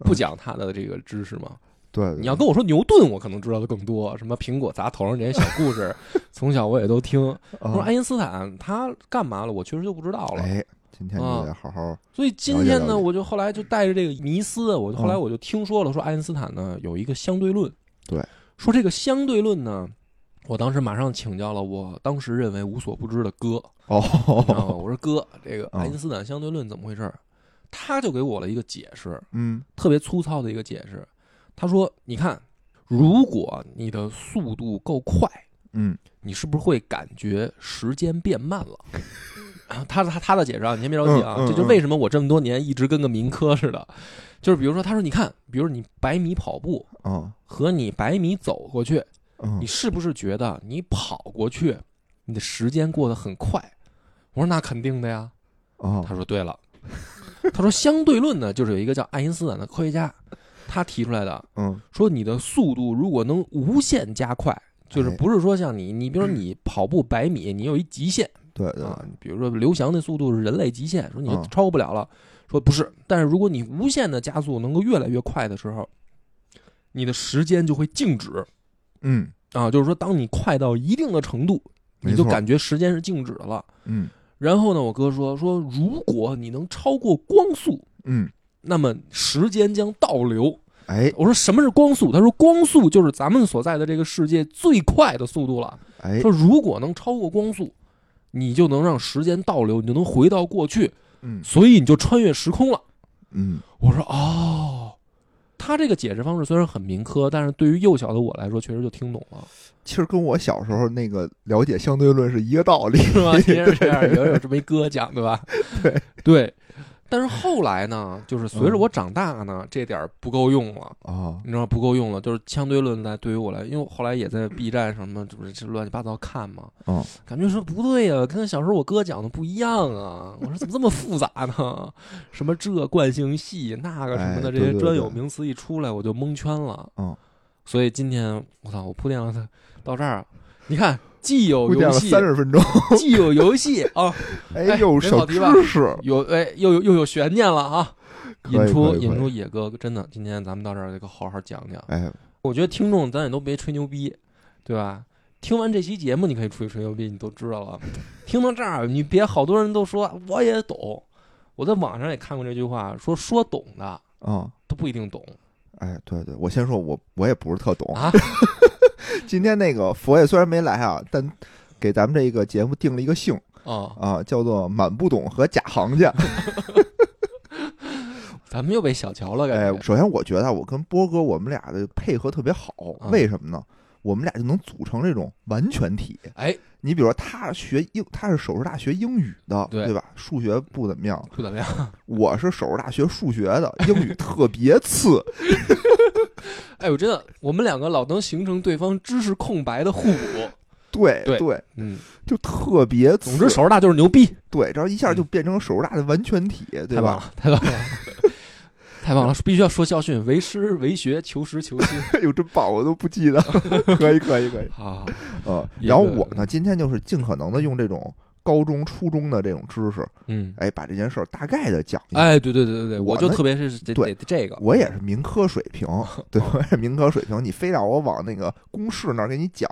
Speaker 2: 不讲他的这个知识嘛。
Speaker 3: 对对
Speaker 2: 你要跟我说牛顿，我可能知道的更多，什么苹果砸头上这些小故事， (laughs) 从小我也都听。我说
Speaker 3: 啊
Speaker 2: 爱因斯坦他干嘛了，我确实就不知道了。
Speaker 3: 哎，今天
Speaker 2: 啊
Speaker 3: 你得好好
Speaker 2: 所以今天
Speaker 3: 了解了
Speaker 2: 呢，
Speaker 3: 解嗯
Speaker 2: 我就后来就带着这个迷思，我就后来我就听说了，说爱因斯坦呢有一个相对论，
Speaker 3: 对，
Speaker 2: 说这个相对论呢，我当时马上请教了我当时认为无所不知的哥，你知道吗
Speaker 3: 哦，
Speaker 2: 我说哥，这个
Speaker 3: 嗯
Speaker 2: 爱因斯坦相对论怎么回事儿？他就给我了一个解释，
Speaker 3: 嗯
Speaker 2: 特别粗糙的一个解释，他说，你看，如果你的速度够快，
Speaker 3: 嗯
Speaker 2: 你是不是会感觉时间变慢了？啊他他他的解释啊，你先别着急啊，
Speaker 3: 嗯嗯
Speaker 2: 这就是为什么我这么多年一直跟个民科似的，就是比如说，他说你看，比如你百米跑步
Speaker 3: 啊
Speaker 2: 和你百米走过去，
Speaker 3: 嗯
Speaker 2: 你是不是觉得你跑过去，你的时间过得很快？我说那肯定的呀。
Speaker 3: 啊
Speaker 2: 他说对了，他说相对论呢，就是有一个叫爱因斯坦的科学家，他提出来的，
Speaker 3: 嗯
Speaker 2: 说你的速度如果能无限加快，就是
Speaker 3: 哎嗯
Speaker 2: 不是说像你，你比如说你跑步百米，你有一极限
Speaker 3: 对对
Speaker 2: 啊，比如说刘翔那速度是人类极限，说你
Speaker 3: 嗯
Speaker 2: 超不了了，说不是，但是如果你无限的加速能够越来越快的时候，你的时间就会静止
Speaker 3: 嗯
Speaker 2: 啊，就是说当你快到一定的程度，
Speaker 3: 没
Speaker 2: 你就
Speaker 3: 错
Speaker 2: 感觉时间是静止的了。
Speaker 3: 嗯
Speaker 2: 然后呢，我哥说说如果你能超过光速，
Speaker 3: 嗯
Speaker 2: 那么时间将倒流。
Speaker 3: 哎
Speaker 2: 我说什么是光速？他说光速就是咱们所在的这个世界最快的速度了。
Speaker 3: 哎
Speaker 2: 说如果能超过光速，你就能让时间倒流，你就能回到过去，
Speaker 3: 嗯
Speaker 2: 所以你就穿越时空了。
Speaker 3: 嗯
Speaker 2: 我说哦，他这个解释方式虽然很民科，但是对于幼小的我来说，确实就听懂了，
Speaker 3: 其实跟我小时候那个了解相对论是一个道 (laughs) 理。
Speaker 2: 是吧？其实是这样，有有这么一哥讲，对吧？对对。但是后来呢，就是随着我长大呢，这点儿不够用了。
Speaker 3: 啊，
Speaker 2: 你知道不够用了，就是相对论在对于我来，因为我后来也在 B 站什么，就是这乱七八糟看嘛，
Speaker 3: 嗯，
Speaker 2: 感觉说不对呀、啊跟小时候我哥讲的不一样啊，我说怎么这么复杂呢？什么这惯性系那个什么的，这
Speaker 3: 哎对
Speaker 2: 些
Speaker 3: 对
Speaker 2: 专有
Speaker 3: 对
Speaker 2: 名词一出来我就蒙圈了，
Speaker 3: 嗯，
Speaker 2: 所以今天我操，我铺垫了它到这儿，啊你看既有
Speaker 3: 铺垫
Speaker 2: 游
Speaker 3: 了
Speaker 2: 戏，
Speaker 3: 三十分钟，
Speaker 2: 既有游戏啊，
Speaker 3: (laughs) 哎呦，
Speaker 2: 别跑
Speaker 3: 小
Speaker 2: 题
Speaker 3: 知
Speaker 2: 吧
Speaker 3: 识，
Speaker 2: 有哎又有又有悬念了啊，
Speaker 3: 可以
Speaker 2: 引出
Speaker 3: 可以
Speaker 2: 引
Speaker 3: 可以
Speaker 2: 出野哥，真的今天咱们到这儿就好好讲讲。
Speaker 3: 哎，
Speaker 2: 我觉得听众咱也都别吹牛逼，对吧？听完这期节目，你可以出去吹牛逼，你都知道了。听到这儿，你别好多人都说我也懂，我在网上也看过这句话，说说懂的
Speaker 3: 啊，
Speaker 2: 都不一定懂
Speaker 3: 哎，对对，我先说，我我也不是特懂。
Speaker 2: (laughs) 啊。
Speaker 3: 今天那个佛爷虽然没来啊，但给咱们这个节目定了一个姓
Speaker 2: 哦，
Speaker 3: 啊，叫做满不懂和假行家。
Speaker 2: 咱们又被小瞧了，
Speaker 3: 哎
Speaker 2: 感，觉。
Speaker 3: 首先我觉得啊我跟波哥我们俩的配合特别好
Speaker 2: 啊，
Speaker 3: 为什么呢？我们俩就能组成这种完全体。
Speaker 2: 哎，
Speaker 3: 你比如说，他学英，他是首师大学英语的，
Speaker 2: 对
Speaker 3: 对吧？数学不怎么样，
Speaker 2: 不怎么样，
Speaker 3: 我是首师大学数学的，英
Speaker 2: (laughs)
Speaker 3: 语特别次。
Speaker 2: 哎，我真的，我们两个老能形成对方知识空白的互补。
Speaker 3: 对
Speaker 2: 对嗯，
Speaker 3: 就特别次。
Speaker 2: 总之，手大就是牛逼，
Speaker 3: 对，这一下就变成首师大的完全体，对
Speaker 2: 太棒
Speaker 3: (laughs) 吧？
Speaker 2: 了，太棒了， (laughs) 太棒了！必须要说教训，为师为学，求实求新。 (laughs)
Speaker 3: 有真哎棒，我都不记得。 (laughs) 可以，可以，可以。
Speaker 2: 好好，好
Speaker 3: 呃，
Speaker 2: 一
Speaker 3: 然后
Speaker 2: 个
Speaker 3: 我呢，今天就是尽可能的用这种高中、初中的这种知识，
Speaker 2: 嗯，
Speaker 3: 哎，把这件事儿大概的讲一下。
Speaker 2: 哎，对对对对对，我
Speaker 3: 嗯我
Speaker 2: 就
Speaker 3: 呢
Speaker 2: 特别是得得
Speaker 3: 对
Speaker 2: 得这个，
Speaker 3: 我也是
Speaker 2: 哦
Speaker 3: 民科水平，对，我也是民科水平。你非让我往那个公式那儿给你讲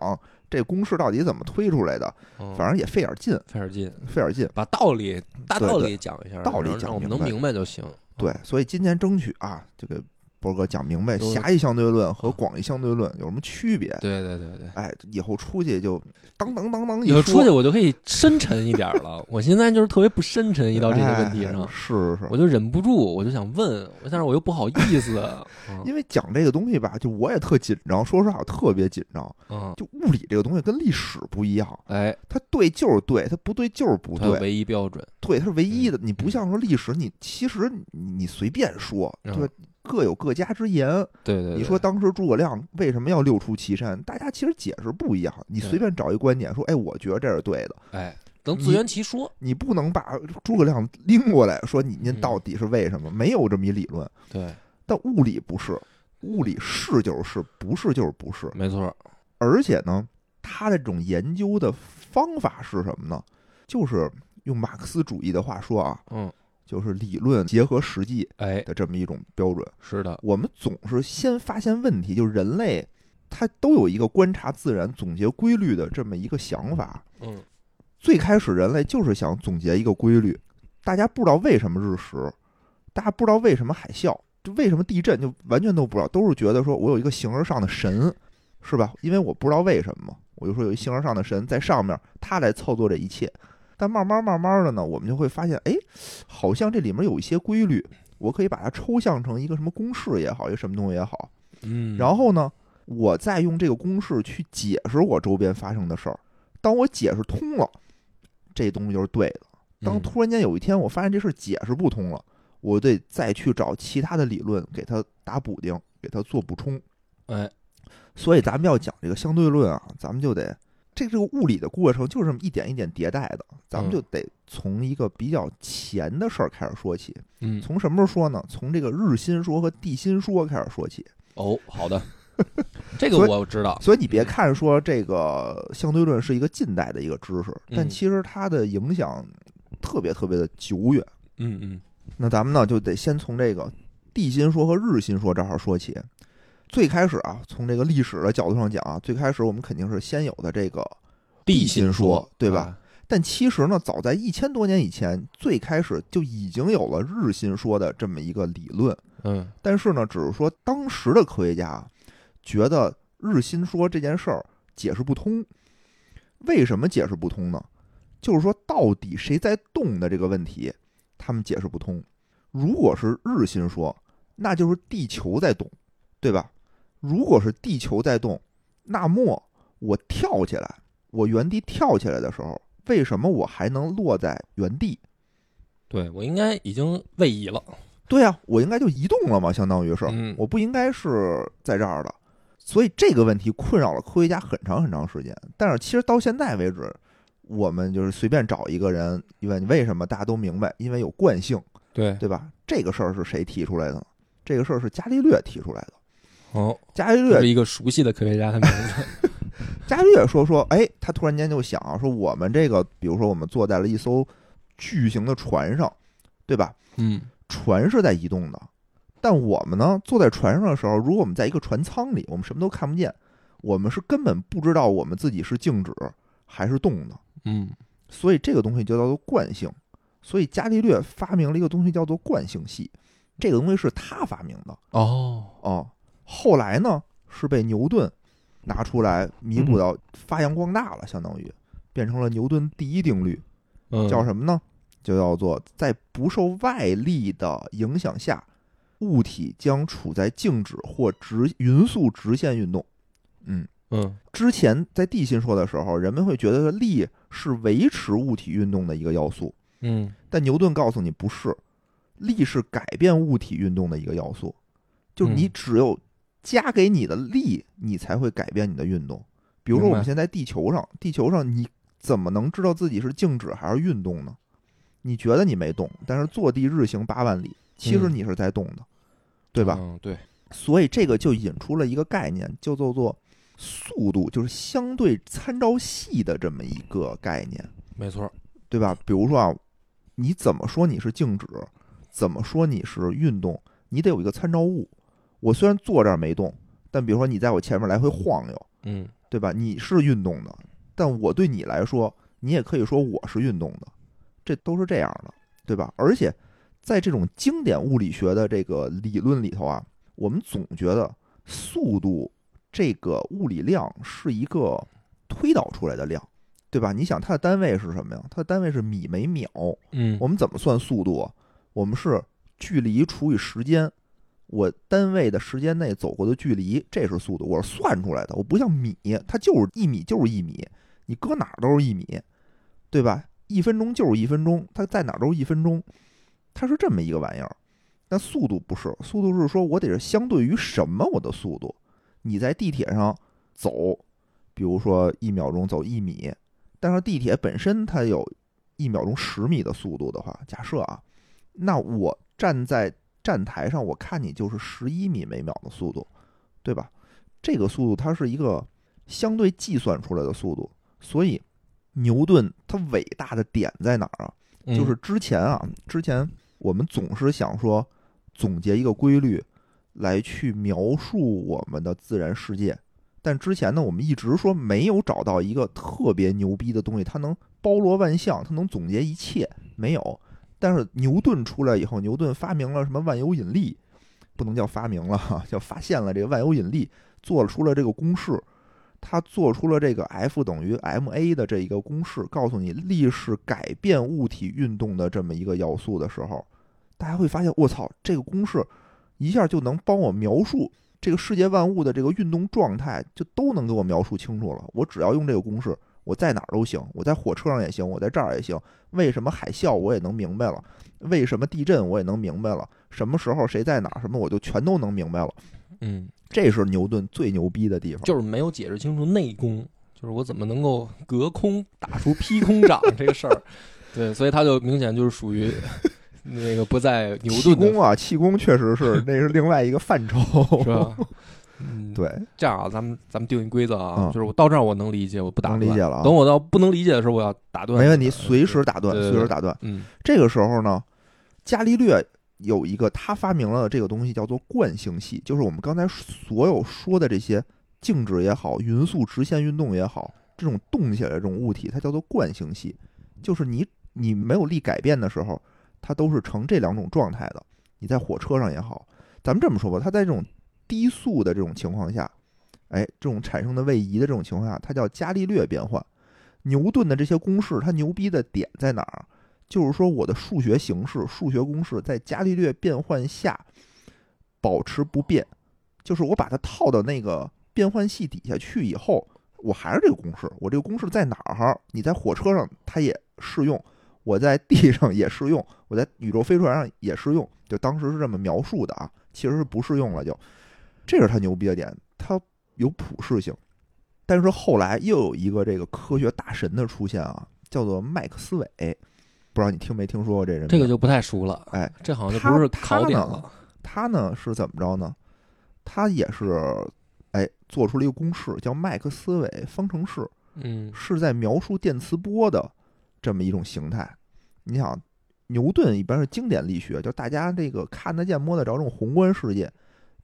Speaker 3: 这公式到底怎么推出来的，
Speaker 2: 嗯
Speaker 3: 反正也费点劲，
Speaker 2: 费点劲，
Speaker 3: 费点劲。
Speaker 2: 把道理大
Speaker 3: 对
Speaker 2: 道
Speaker 3: 对
Speaker 2: 理讲一下，
Speaker 3: 道理
Speaker 2: 让
Speaker 3: 讲
Speaker 2: 让我们
Speaker 3: 明
Speaker 2: 能
Speaker 3: 白
Speaker 2: 明白就行。
Speaker 3: 对，所以今天争取啊，这个波哥讲明白
Speaker 2: 都
Speaker 3: 狭义相对论
Speaker 2: 哦
Speaker 3: 和广义相对论有什么区别。
Speaker 2: 对对对对，
Speaker 3: 哎，以后出去就当当当当一
Speaker 2: 以后出去
Speaker 3: 说
Speaker 2: 我就可以深沉一点了。我现在就是特别不深沉，一到这些问题
Speaker 3: 哎
Speaker 2: 上，
Speaker 3: 是是
Speaker 2: 我就忍不住，我就想问，但是我又不好意
Speaker 3: (laughs)
Speaker 2: 思。嗯
Speaker 3: 因为讲这个东西吧，就我也特紧张，说实话，我特别紧张。
Speaker 2: 嗯，
Speaker 3: 就物理这个东西跟历史不一样，
Speaker 2: 哎，
Speaker 3: 它对就是对，它不对就是不
Speaker 2: 它有
Speaker 3: 对，
Speaker 2: 唯一标准，
Speaker 3: 对它是唯一
Speaker 2: 嗯
Speaker 3: 的。你不像说历史，你其实你你随便说，
Speaker 2: 嗯
Speaker 3: 对吧？各有各家之言。
Speaker 2: 对对对，
Speaker 3: 你说当时诸葛亮为什么要六出祁山？大家其实解释不一样。你
Speaker 2: 对
Speaker 3: 随便找一观点说，哎，我觉得这是对的。
Speaker 2: 哎，能自圆其说，
Speaker 3: 你不能把诸葛亮拎过来说你您
Speaker 2: 嗯
Speaker 3: 到底是为什么？没有这么一理论。
Speaker 2: 对，
Speaker 3: 但物理不是，物理是就是是，不是就是不是。
Speaker 2: 没错，
Speaker 3: 而且呢，他的这种研究的方法是什么呢？就是用马克思主义的话说啊，
Speaker 2: 嗯，
Speaker 3: 就是理论结合实际
Speaker 2: 哎，
Speaker 3: 的这么一种标准。
Speaker 2: 是的，
Speaker 3: 我们总是先发现问题，就是人类他都有一个观察自然、总结规律的这么一个想法。
Speaker 2: 嗯，
Speaker 3: 最开始人类就是想总结一个规律，大家不知道为什么日食，大家不知道为什么海啸，就为什么地震，就完全都不知道，都是觉得说我有一个形而上的神，是吧？因为我不知道为什么，我就说有一形而上的神在上面，他来操作这一切。但慢慢慢慢的呢，我们就会发现，哎，好像这里面有一些规律，我可以把它抽象成一个什么公式也好，一个什么东西也好。
Speaker 2: 嗯，
Speaker 3: 然后呢，我再用这个公式去解释我周边发生的事儿。当我解释通了，这东西就是对的。当
Speaker 2: 嗯
Speaker 3: 突然间有一天我发现这事儿解释不通了，我得再去找其他的理论给它打补丁，给它做补充。
Speaker 2: 哎，
Speaker 3: 所以咱们要讲这个相对论啊，咱们就得这这个物理的过程就是这么一点一点迭代的，咱们
Speaker 2: 嗯
Speaker 3: 就得从一个比较前的事儿开始说起。
Speaker 2: 嗯，
Speaker 3: 从什么时候说呢？从这个日心说和地心说开始说起。
Speaker 2: 哦，好
Speaker 3: (laughs)
Speaker 2: 的，这个
Speaker 3: 所以
Speaker 2: 我知道，
Speaker 3: 所以你别看说这个相对论是一个近代的一个知识，
Speaker 2: 嗯
Speaker 3: 但其实它的影响特别特别的久远。
Speaker 2: 嗯嗯，
Speaker 3: 那咱们呢就得先从这个地心说和日心说这儿说起。最开始啊，从这个历史的角度上讲啊，最开始我们肯定是先有的这个，地心说对吧？但其实呢，早在一千多年以前，最开始就已经有了日心说的这么一个理论。
Speaker 2: 哎嗯，
Speaker 3: 但是呢，只是说当时的科学家啊觉得日心说这件事儿解释不通。为什么解释不通呢？就是说，到底谁在动的这个问题，他们解释不通。如果是日心说，那就是地球在动，对吧？如果是地球在动，那么我跳起来，我原地跳起来的时候，为什么我还能落在原地？
Speaker 2: 对我应该已经位移了，
Speaker 3: 对呀、我应该就移动了嘛，相当于是，
Speaker 2: 嗯
Speaker 3: 我不应该是在这儿的，所以这个问题困扰了科学家很长很长时间。但是其实到现在为止，我们就是随便找一个人一问为什么，大家都明白，因为有惯性，
Speaker 2: 对，
Speaker 3: 对吧？这个事儿是谁提出来的呢？这个事儿是伽利略提出来的。
Speaker 2: 哦，
Speaker 3: 伽利
Speaker 2: 这
Speaker 3: 略
Speaker 2: 是，一个熟悉的科学家的名字， (laughs)
Speaker 3: 伽利略说说，哎，他突然间就想啊说，我们这个，比如说我们坐在了一艘巨型的船上，对吧？
Speaker 2: 嗯，
Speaker 3: 船是在移动的，但我们呢坐在船上的时候，如果我们在一个船舱里，我们什么都看不见，我们是根本不知道我们自己是静止还是动的，
Speaker 2: 嗯，
Speaker 3: 所以这个东西就叫做惯性。所以伽利略发明了一个东西叫做惯性系，这个东西是他发明的
Speaker 2: 哦，
Speaker 3: 哦。后来呢是被牛顿拿出来弥补到发扬光大了，相当于变成了牛顿第一定律。
Speaker 2: 嗯，
Speaker 3: 叫什么呢？就叫做在不受外力的影响下，物体将处在静止或直匀速直线运动。嗯，
Speaker 2: 嗯，
Speaker 3: 之前在地心说的时候，人们会觉得力是维持物体运动的一个要素，
Speaker 2: 嗯，
Speaker 3: 但牛顿告诉你不是，力是改变物体运动的一个要素，就是你
Speaker 2: 嗯
Speaker 3: 只有加给你的力，你才会改变你的运动。比如说
Speaker 2: 明
Speaker 3: 我
Speaker 2: 白
Speaker 3: 们现在地球上，地球上你怎么能知道自己是静止还是运动呢？你觉得你没动，但是坐地日行八万里，其实
Speaker 2: 嗯
Speaker 3: 你是在动的，对吧？
Speaker 2: 嗯，对，
Speaker 3: 所以这个就引出了一个概念，叫做做速度，就是相对参照系的这么一个概念。
Speaker 2: 没错，
Speaker 3: 对吧？比如说啊，你怎么说你是静止，怎么说你是运动，你得有一个参照物。我虽然坐这儿没动，但比如说你在我前面来回晃悠，
Speaker 2: 嗯，
Speaker 3: 对吧？你是运动的，但我对你来说，你也可以说我是运动的，这都是这样的，对吧？而且在这种经典物理学的这个理论里头啊，我们总觉得速度这个物理量是一个推导出来的量，对吧？你想它的单位是什么呀？它的单位是米每秒，
Speaker 2: 嗯
Speaker 3: 我们怎么算速度啊？我们是距离除以时间，我单位的时间内走过的距离，这是速度，我是算出来的。我不像米，它就是一米就是一米，你搁哪儿都是一米，对吧？一分钟就是一分钟，它在哪儿都是一分钟，它是这么一个玩意儿。但速度不是，速度是说我得是相对于什么我的速度。你在地铁上走，比如说一秒钟走一米，但是地铁本身它有一秒钟十米的速度的话，假设啊，那我站在站台上，我看你就是十一米每秒的速度，对吧？这个速度它是一个相对计算出来的速度，所以牛顿他伟大的点在哪儿啊？就是之前啊，之前我们总是想说总结一个规律来去描述我们的自然世界，但之前呢，我们一直说没有找到一个特别牛逼的东西，它能包罗万象，它能总结一切，没有。但是牛顿出来以后，牛顿发明了什么万有引力，不能叫发明了哈，叫发现了这个万有引力，做出了这个公式。他做出了这个 F 等于 ma 的这一个公式，告诉你力是改变物体运动的这么一个要素的时候，大家会发现，我操，这个公式一下就能帮我描述这个世界万物的这个运动状态，就都能给我描述清楚了。我只要用这个公式，我在哪儿都行，我在火车上也行，我在这儿也行。为什么海啸我也能明白了，为什么地震我也能明白了，什么时候谁在哪儿，什么我就全都能明白了。
Speaker 2: 嗯，
Speaker 3: 这是牛顿最牛逼的地方。
Speaker 2: 就是没有解释清楚内功，就是我怎么能够隔空打出劈空掌这个事
Speaker 3: (laughs)
Speaker 2: 儿。对，所以他就明显就是属于那个不在牛
Speaker 3: 气 (laughs)
Speaker 2: 顿的
Speaker 3: 功啊，气功确
Speaker 2: (laughs)
Speaker 3: 实是那是另外一个范畴，
Speaker 2: 是吧？嗯，
Speaker 3: (laughs) 对，
Speaker 2: 这样啊，咱们咱们定一规则啊，
Speaker 3: 嗯
Speaker 2: 就是我到这儿我能理解，我不打
Speaker 3: 能
Speaker 2: 断。
Speaker 3: 理解了啊
Speaker 2: 等我到不能理解的时候，我要打断。
Speaker 3: 没问题，随时打断，
Speaker 2: 对对
Speaker 3: 随时打断。
Speaker 2: 嗯
Speaker 3: 这个时候呢，伽利略有一个他发明了这个东西叫做惯性系，就是我们刚才所有说的这些静止也好，匀速直线运动也好，这种动起来的这种物体，它叫做惯性系，就是你你没有力改变的时候，它都是呈这两种状态的。你在火车上也好，咱们这么说吧，它在这种低速的这种情况下，哎，这种产生的位移的这种情况下，它叫伽利略变换。牛顿的这些公式，它牛逼的点在哪儿？就是说我的数学形式、数学公式在伽利略变换下保持不变，就是我把它套到那个变换系底下去以后，我还是这个公式。我这个公式在哪儿？你在火车上它也适用，我在地上也适用，我在宇宙飞船上也适用。就当时是这么描述的啊，其实是不适用了就。这是它牛逼的点，它有普适性。但是后来又有一个这个科学大神的出现啊，叫做麦克斯韦，不知道你听没听说过这人名？
Speaker 2: 这个就不太熟了。
Speaker 3: 哎，
Speaker 2: 这好像就
Speaker 3: 他
Speaker 2: 不是
Speaker 3: 他
Speaker 2: 考点
Speaker 3: 呢
Speaker 2: 了。
Speaker 3: 他呢是怎么着呢？他也是哎做出了一个公式，叫麦克斯韦方程式，
Speaker 2: 嗯
Speaker 3: 是在描述电磁波的这么一种形态。你想，牛顿一般是经典力学，就大家这个看得见、摸得着这种宏观世界，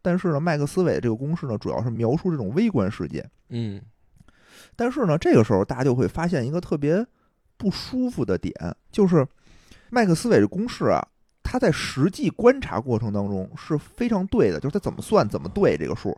Speaker 3: 但是呢，麦克斯韦这个公式呢，主要是描述这种微观世界。
Speaker 2: 嗯
Speaker 3: 但是呢，这个时候大家就会发现一个特别不舒服的点，就是麦克斯韦这公式啊，它在实际观察过程当中是非常对的，就是它怎么算怎么对这个数，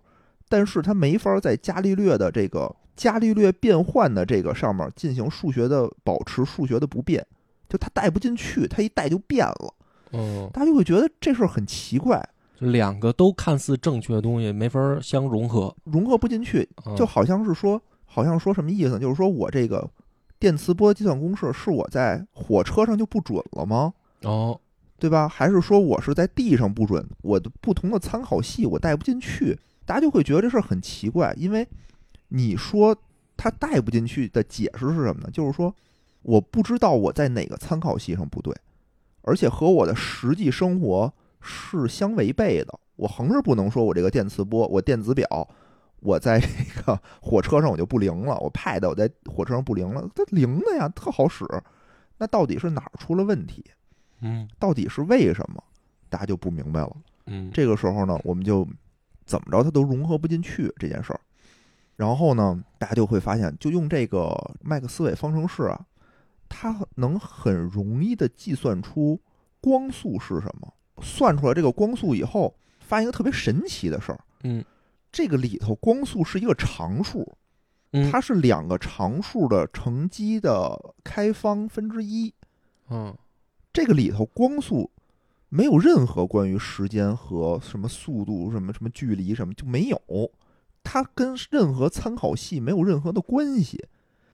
Speaker 3: 但是它没法在伽利略的这个伽利略变换的这个上面进行数学的保持数学的不变，就它带不进去，它一带就变了，
Speaker 2: 哦，
Speaker 3: 大家就会觉得这事儿很奇怪，
Speaker 2: 就两个都看似正确的东西没法儿相融合。
Speaker 3: 融合不进去，
Speaker 2: 嗯
Speaker 3: 就好像是说，好像说什么意思呢？就是说我这个电磁波计算公式是我在火车上就不准了吗？
Speaker 2: 哦，
Speaker 3: 对吧？还是说我是在地上不准？我的不同的参考系我带不进去，大家就会觉得这事儿很奇怪，因为你说它带不进去的解释是什么呢？就是说我不知道我在哪个参考系上不对，而且和我的实际生活是相违背的。我横是不能说我这个电磁波，我电子表，我在这个火车上我就不灵了，我 Pad 我在火车上不灵了，它灵的呀，特好使。那到底是哪儿出了问题？
Speaker 2: 嗯
Speaker 3: 到底是为什么，大家就不明白了。
Speaker 2: 嗯，
Speaker 3: 这个时候呢，我们就怎么着它都融合不进去这件事儿。然后呢，大家就会发现，就用这个麦克斯韦方程式啊，它能很容易的计算出光速是什么。算出来这个光速以后，发现一个特别神奇的事儿，
Speaker 2: 嗯，
Speaker 3: 这个里头光速是一个常数，
Speaker 2: 嗯
Speaker 3: 它是两个常数的乘积的开方分之一。
Speaker 2: 嗯
Speaker 3: 这个里头光速没有任何关于时间和什么速度、什么什么距离什么就没有，它跟任何参考系没有任何的关系，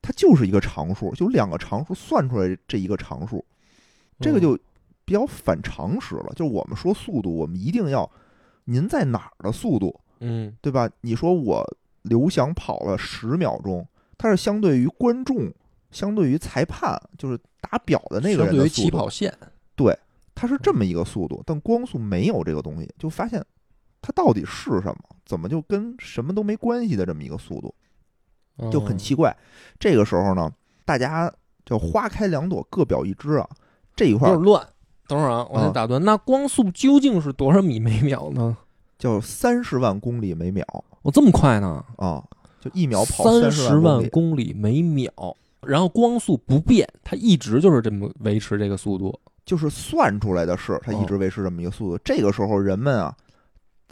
Speaker 3: 它就是一个常数，就两个常数算出来这一个常数，这个
Speaker 2: 哦
Speaker 3: 就比较反常识了。就是我们说速度，我们一定要您在哪儿的速度，
Speaker 2: 嗯
Speaker 3: 对吧？你说我刘翔跑了十秒钟，它是相对于观众、相对于裁判，就是打表的那个
Speaker 2: 相
Speaker 3: 人
Speaker 2: 对
Speaker 3: 的
Speaker 2: 于
Speaker 3: 速
Speaker 2: 起
Speaker 3: 度。
Speaker 2: 跑线，
Speaker 3: 它是这么一个速度，但光速没有这个东西，就发现它到底是什么，怎么就跟什么都没关系的这么一个速度，就
Speaker 2: 嗯哦
Speaker 3: 很奇怪。这个时候呢，大家叫花开两朵，各表一枝啊。这一
Speaker 2: 有
Speaker 3: 块
Speaker 2: 点
Speaker 3: 儿
Speaker 2: 乱。等会儿啊，我先
Speaker 3: 嗯
Speaker 2: 打断。那光速究竟是多少米每秒呢？
Speaker 3: 叫三十万公里每秒
Speaker 2: 我这么快呢？
Speaker 3: 啊，就一秒跑
Speaker 2: 三
Speaker 3: 十
Speaker 2: 万
Speaker 3: 里。
Speaker 2: 公里每秒，然后光速不变，它一直就是这么维持这个速度。
Speaker 3: 就是算出来的是它
Speaker 2: 哦
Speaker 3: 一直维持这么一个速度。这个时候人们啊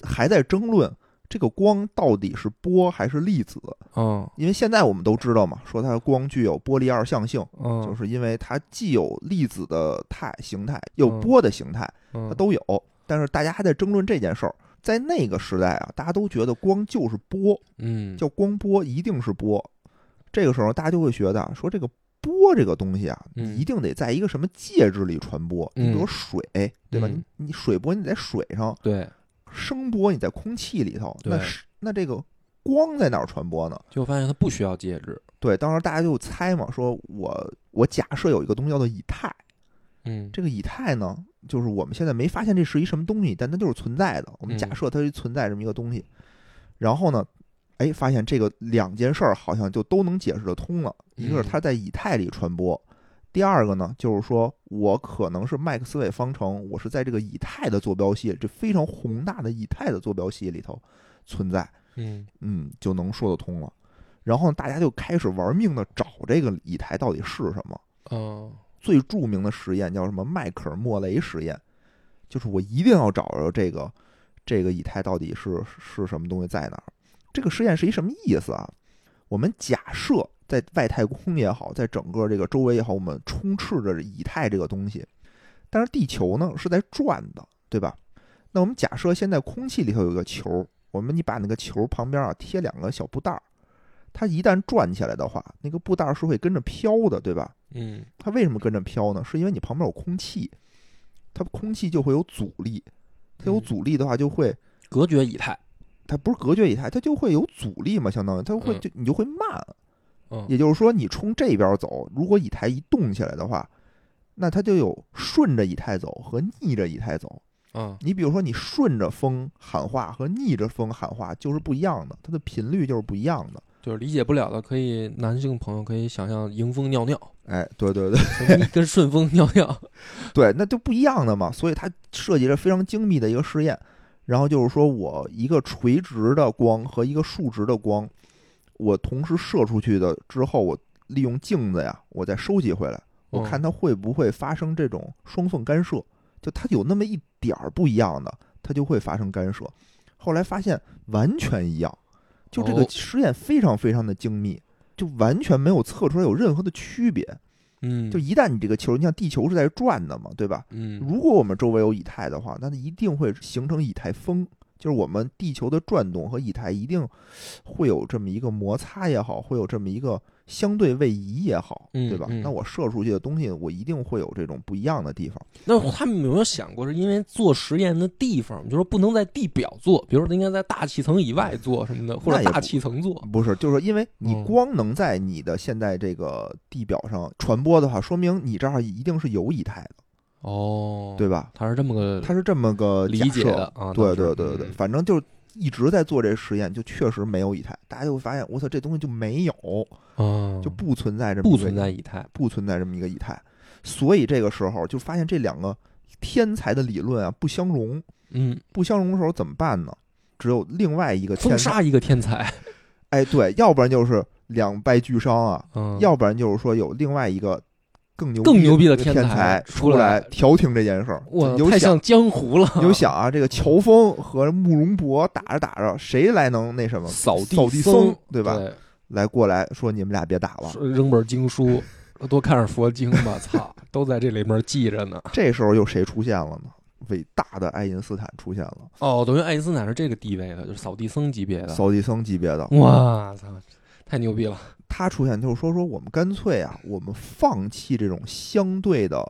Speaker 3: 还在争论这个光到底是波还是粒子，
Speaker 2: 嗯
Speaker 3: 因为现在我们都知道嘛，说它的光具有波粒二象性，
Speaker 2: 嗯，
Speaker 3: 就是因为它既有粒子的态形态，有
Speaker 2: 嗯
Speaker 3: 波的形态，它
Speaker 2: 它
Speaker 3: 都有。但是大家还在争论这件事儿。在那个时代啊，大家都觉得光就是波，
Speaker 2: 嗯
Speaker 3: 叫光波一定是波。这个时候大家就会觉得说这个波这个东西啊，
Speaker 2: 嗯
Speaker 3: 一定得在一个什么介质里传播，
Speaker 2: 嗯
Speaker 3: 你比如水，对吧？
Speaker 2: 嗯
Speaker 3: 你你水波你在水上，
Speaker 2: 对，
Speaker 3: 声波你在空气里头，那
Speaker 2: 对
Speaker 3: 是那这个光在哪儿传播呢？
Speaker 2: 就发现它不需要介质。
Speaker 3: 对，当时大家就猜嘛，说我我假设有一个东西叫做以太，
Speaker 2: 嗯，
Speaker 3: 这个以太呢，就是我们现在没发现这是一什么东西，但它就是存在的。我们
Speaker 2: 嗯
Speaker 3: 假设它是存在这么一个东西，然后呢，哎，发现这个两件事儿好像就都能解释得通了。一
Speaker 2: 嗯
Speaker 3: 个是它在以太里传播，第二个呢，就是说我可能是麦克斯韦方程，我是在这个以太的坐标系，这非常宏大的以太的坐标系里头存在，
Speaker 2: 嗯
Speaker 3: 嗯，就能说得通了。然后大家就开始玩命的找这个以太到底是什么。
Speaker 2: 哦
Speaker 3: 最著名的实验叫什么迈克尔莫雷实验，就是我一定要找着这个这个以太到底是是什么东西在哪儿。这个实验是一什么意思啊？我们假设在外太空也好，在整个这个周围也好，我们充斥着以太这个东西，但是地球呢是在转的，对吧？那我们假设现在空气里头有一个球，我们你把那个球旁边啊贴两个小布袋儿，它一旦转起来的话，那个布袋儿是会跟着飘的，对吧？
Speaker 2: 嗯
Speaker 3: 它为什么跟着飘呢？是因为你旁边有空气，它空气就会有阻力，它有
Speaker 2: 嗯
Speaker 3: 阻力的话就会，
Speaker 2: 隔绝以太。
Speaker 3: 它不是隔绝以太，它就会有阻力嘛，相当于它会
Speaker 2: 嗯
Speaker 3: 就你就会慢。
Speaker 2: 嗯
Speaker 3: 也就是说，你冲这边走，如果以太一动起来的话，那它就有顺着以太走和逆着以太走。
Speaker 2: 嗯
Speaker 3: 你比如说，你顺着风喊话和逆着风喊话就是不一样的，它的频率就是不一样的。
Speaker 2: 就是理解不了的，可以男性朋友可以想象迎风尿尿，
Speaker 3: 哎，对对对， (laughs)
Speaker 2: 你跟顺风尿尿。
Speaker 3: 对，那就不一样的嘛。所以它设计了非常精密的一个试验，然后就是说我一个垂直的光和一个竖直的光，我同时射出去的之后，我利用镜子呀，我再收集回来，
Speaker 2: 哦
Speaker 3: 我看它会不会发生这种双缝干涉，就它有那么一点儿不一样的，它就会发生干涉。后来发现完全一样，就这个
Speaker 2: 哦
Speaker 3: 实验非常非常的精密，就完全没有测出来有任何的区别。
Speaker 2: 嗯，
Speaker 3: 就一旦你这个球，你像地球是在转的嘛，对吧？
Speaker 2: 嗯
Speaker 3: 如果我们周围有以太的话，那它一定会形成以太风，就是我们地球的转动和以太一定会有这么一个摩擦也好，会有这么一个相对位移也好，
Speaker 2: 嗯
Speaker 3: 对吧？
Speaker 2: 嗯
Speaker 3: 那我射出去的东西，我一定会有这种不一样的地方。
Speaker 2: 那他们有没有想过，是因为做实验的地方，就是说不能在地表做，比如说应该在大气层以外做什么的，或
Speaker 3: 那
Speaker 2: 者
Speaker 3: 也不嗯
Speaker 2: 大气层做。
Speaker 3: 不是，就是因为你
Speaker 2: 嗯
Speaker 3: 光能在你的现在这个地表上传播的话，说明你这儿一定是有以太的，
Speaker 2: 哦，
Speaker 3: 对，吧？
Speaker 2: 他是这么个
Speaker 3: 它是这么个
Speaker 2: 理
Speaker 3: 假
Speaker 2: 解
Speaker 3: 设
Speaker 2: 的啊
Speaker 3: 对
Speaker 2: 当时
Speaker 3: 对对对对，
Speaker 2: 嗯
Speaker 3: 反正就是一直在做这实验，就确实没有以太，大家就会发现，我操，这东西就没有，
Speaker 2: 啊，
Speaker 3: 嗯就不存在这么
Speaker 2: 不
Speaker 3: 一个
Speaker 2: 存在以太。
Speaker 3: 不存在这么一个以太，所以这个时候就发现这两个天才的理论啊不相容，
Speaker 2: 嗯，
Speaker 3: 不相容的时候怎么办呢？只有另外一个
Speaker 2: 封
Speaker 3: 天才，
Speaker 2: 杀一个天才。
Speaker 3: 哎，对，要不然就是两败俱伤啊，
Speaker 2: 嗯，
Speaker 3: 要不然就是说有另外一个更牛
Speaker 2: 更牛逼的
Speaker 3: 天
Speaker 2: 天
Speaker 3: 才
Speaker 2: 才出来
Speaker 3: 来调停这件事儿。
Speaker 2: 哇，
Speaker 3: 有
Speaker 2: 太
Speaker 3: 想
Speaker 2: 像江湖了， (laughs)
Speaker 3: 有想啊，这个乔峰和慕容博打着打着，谁来能那什么
Speaker 2: 扫
Speaker 3: 地
Speaker 2: 地
Speaker 3: 僧
Speaker 2: 僧，
Speaker 3: 对吧？来过来说你们俩别打了。
Speaker 2: 说扔本经书，多看点佛经吧，操，都在这里面记着呢。
Speaker 3: 这时候又谁出现了呢？伟大的爱因斯坦出现了，
Speaker 2: 哦，等于爱因斯坦是这个地位的，就是扫地僧级别的。
Speaker 3: 扫地僧级别的。
Speaker 2: 哇操，太牛逼了！
Speaker 3: 他出现就是说说我们干脆啊，我们放弃这种相对的、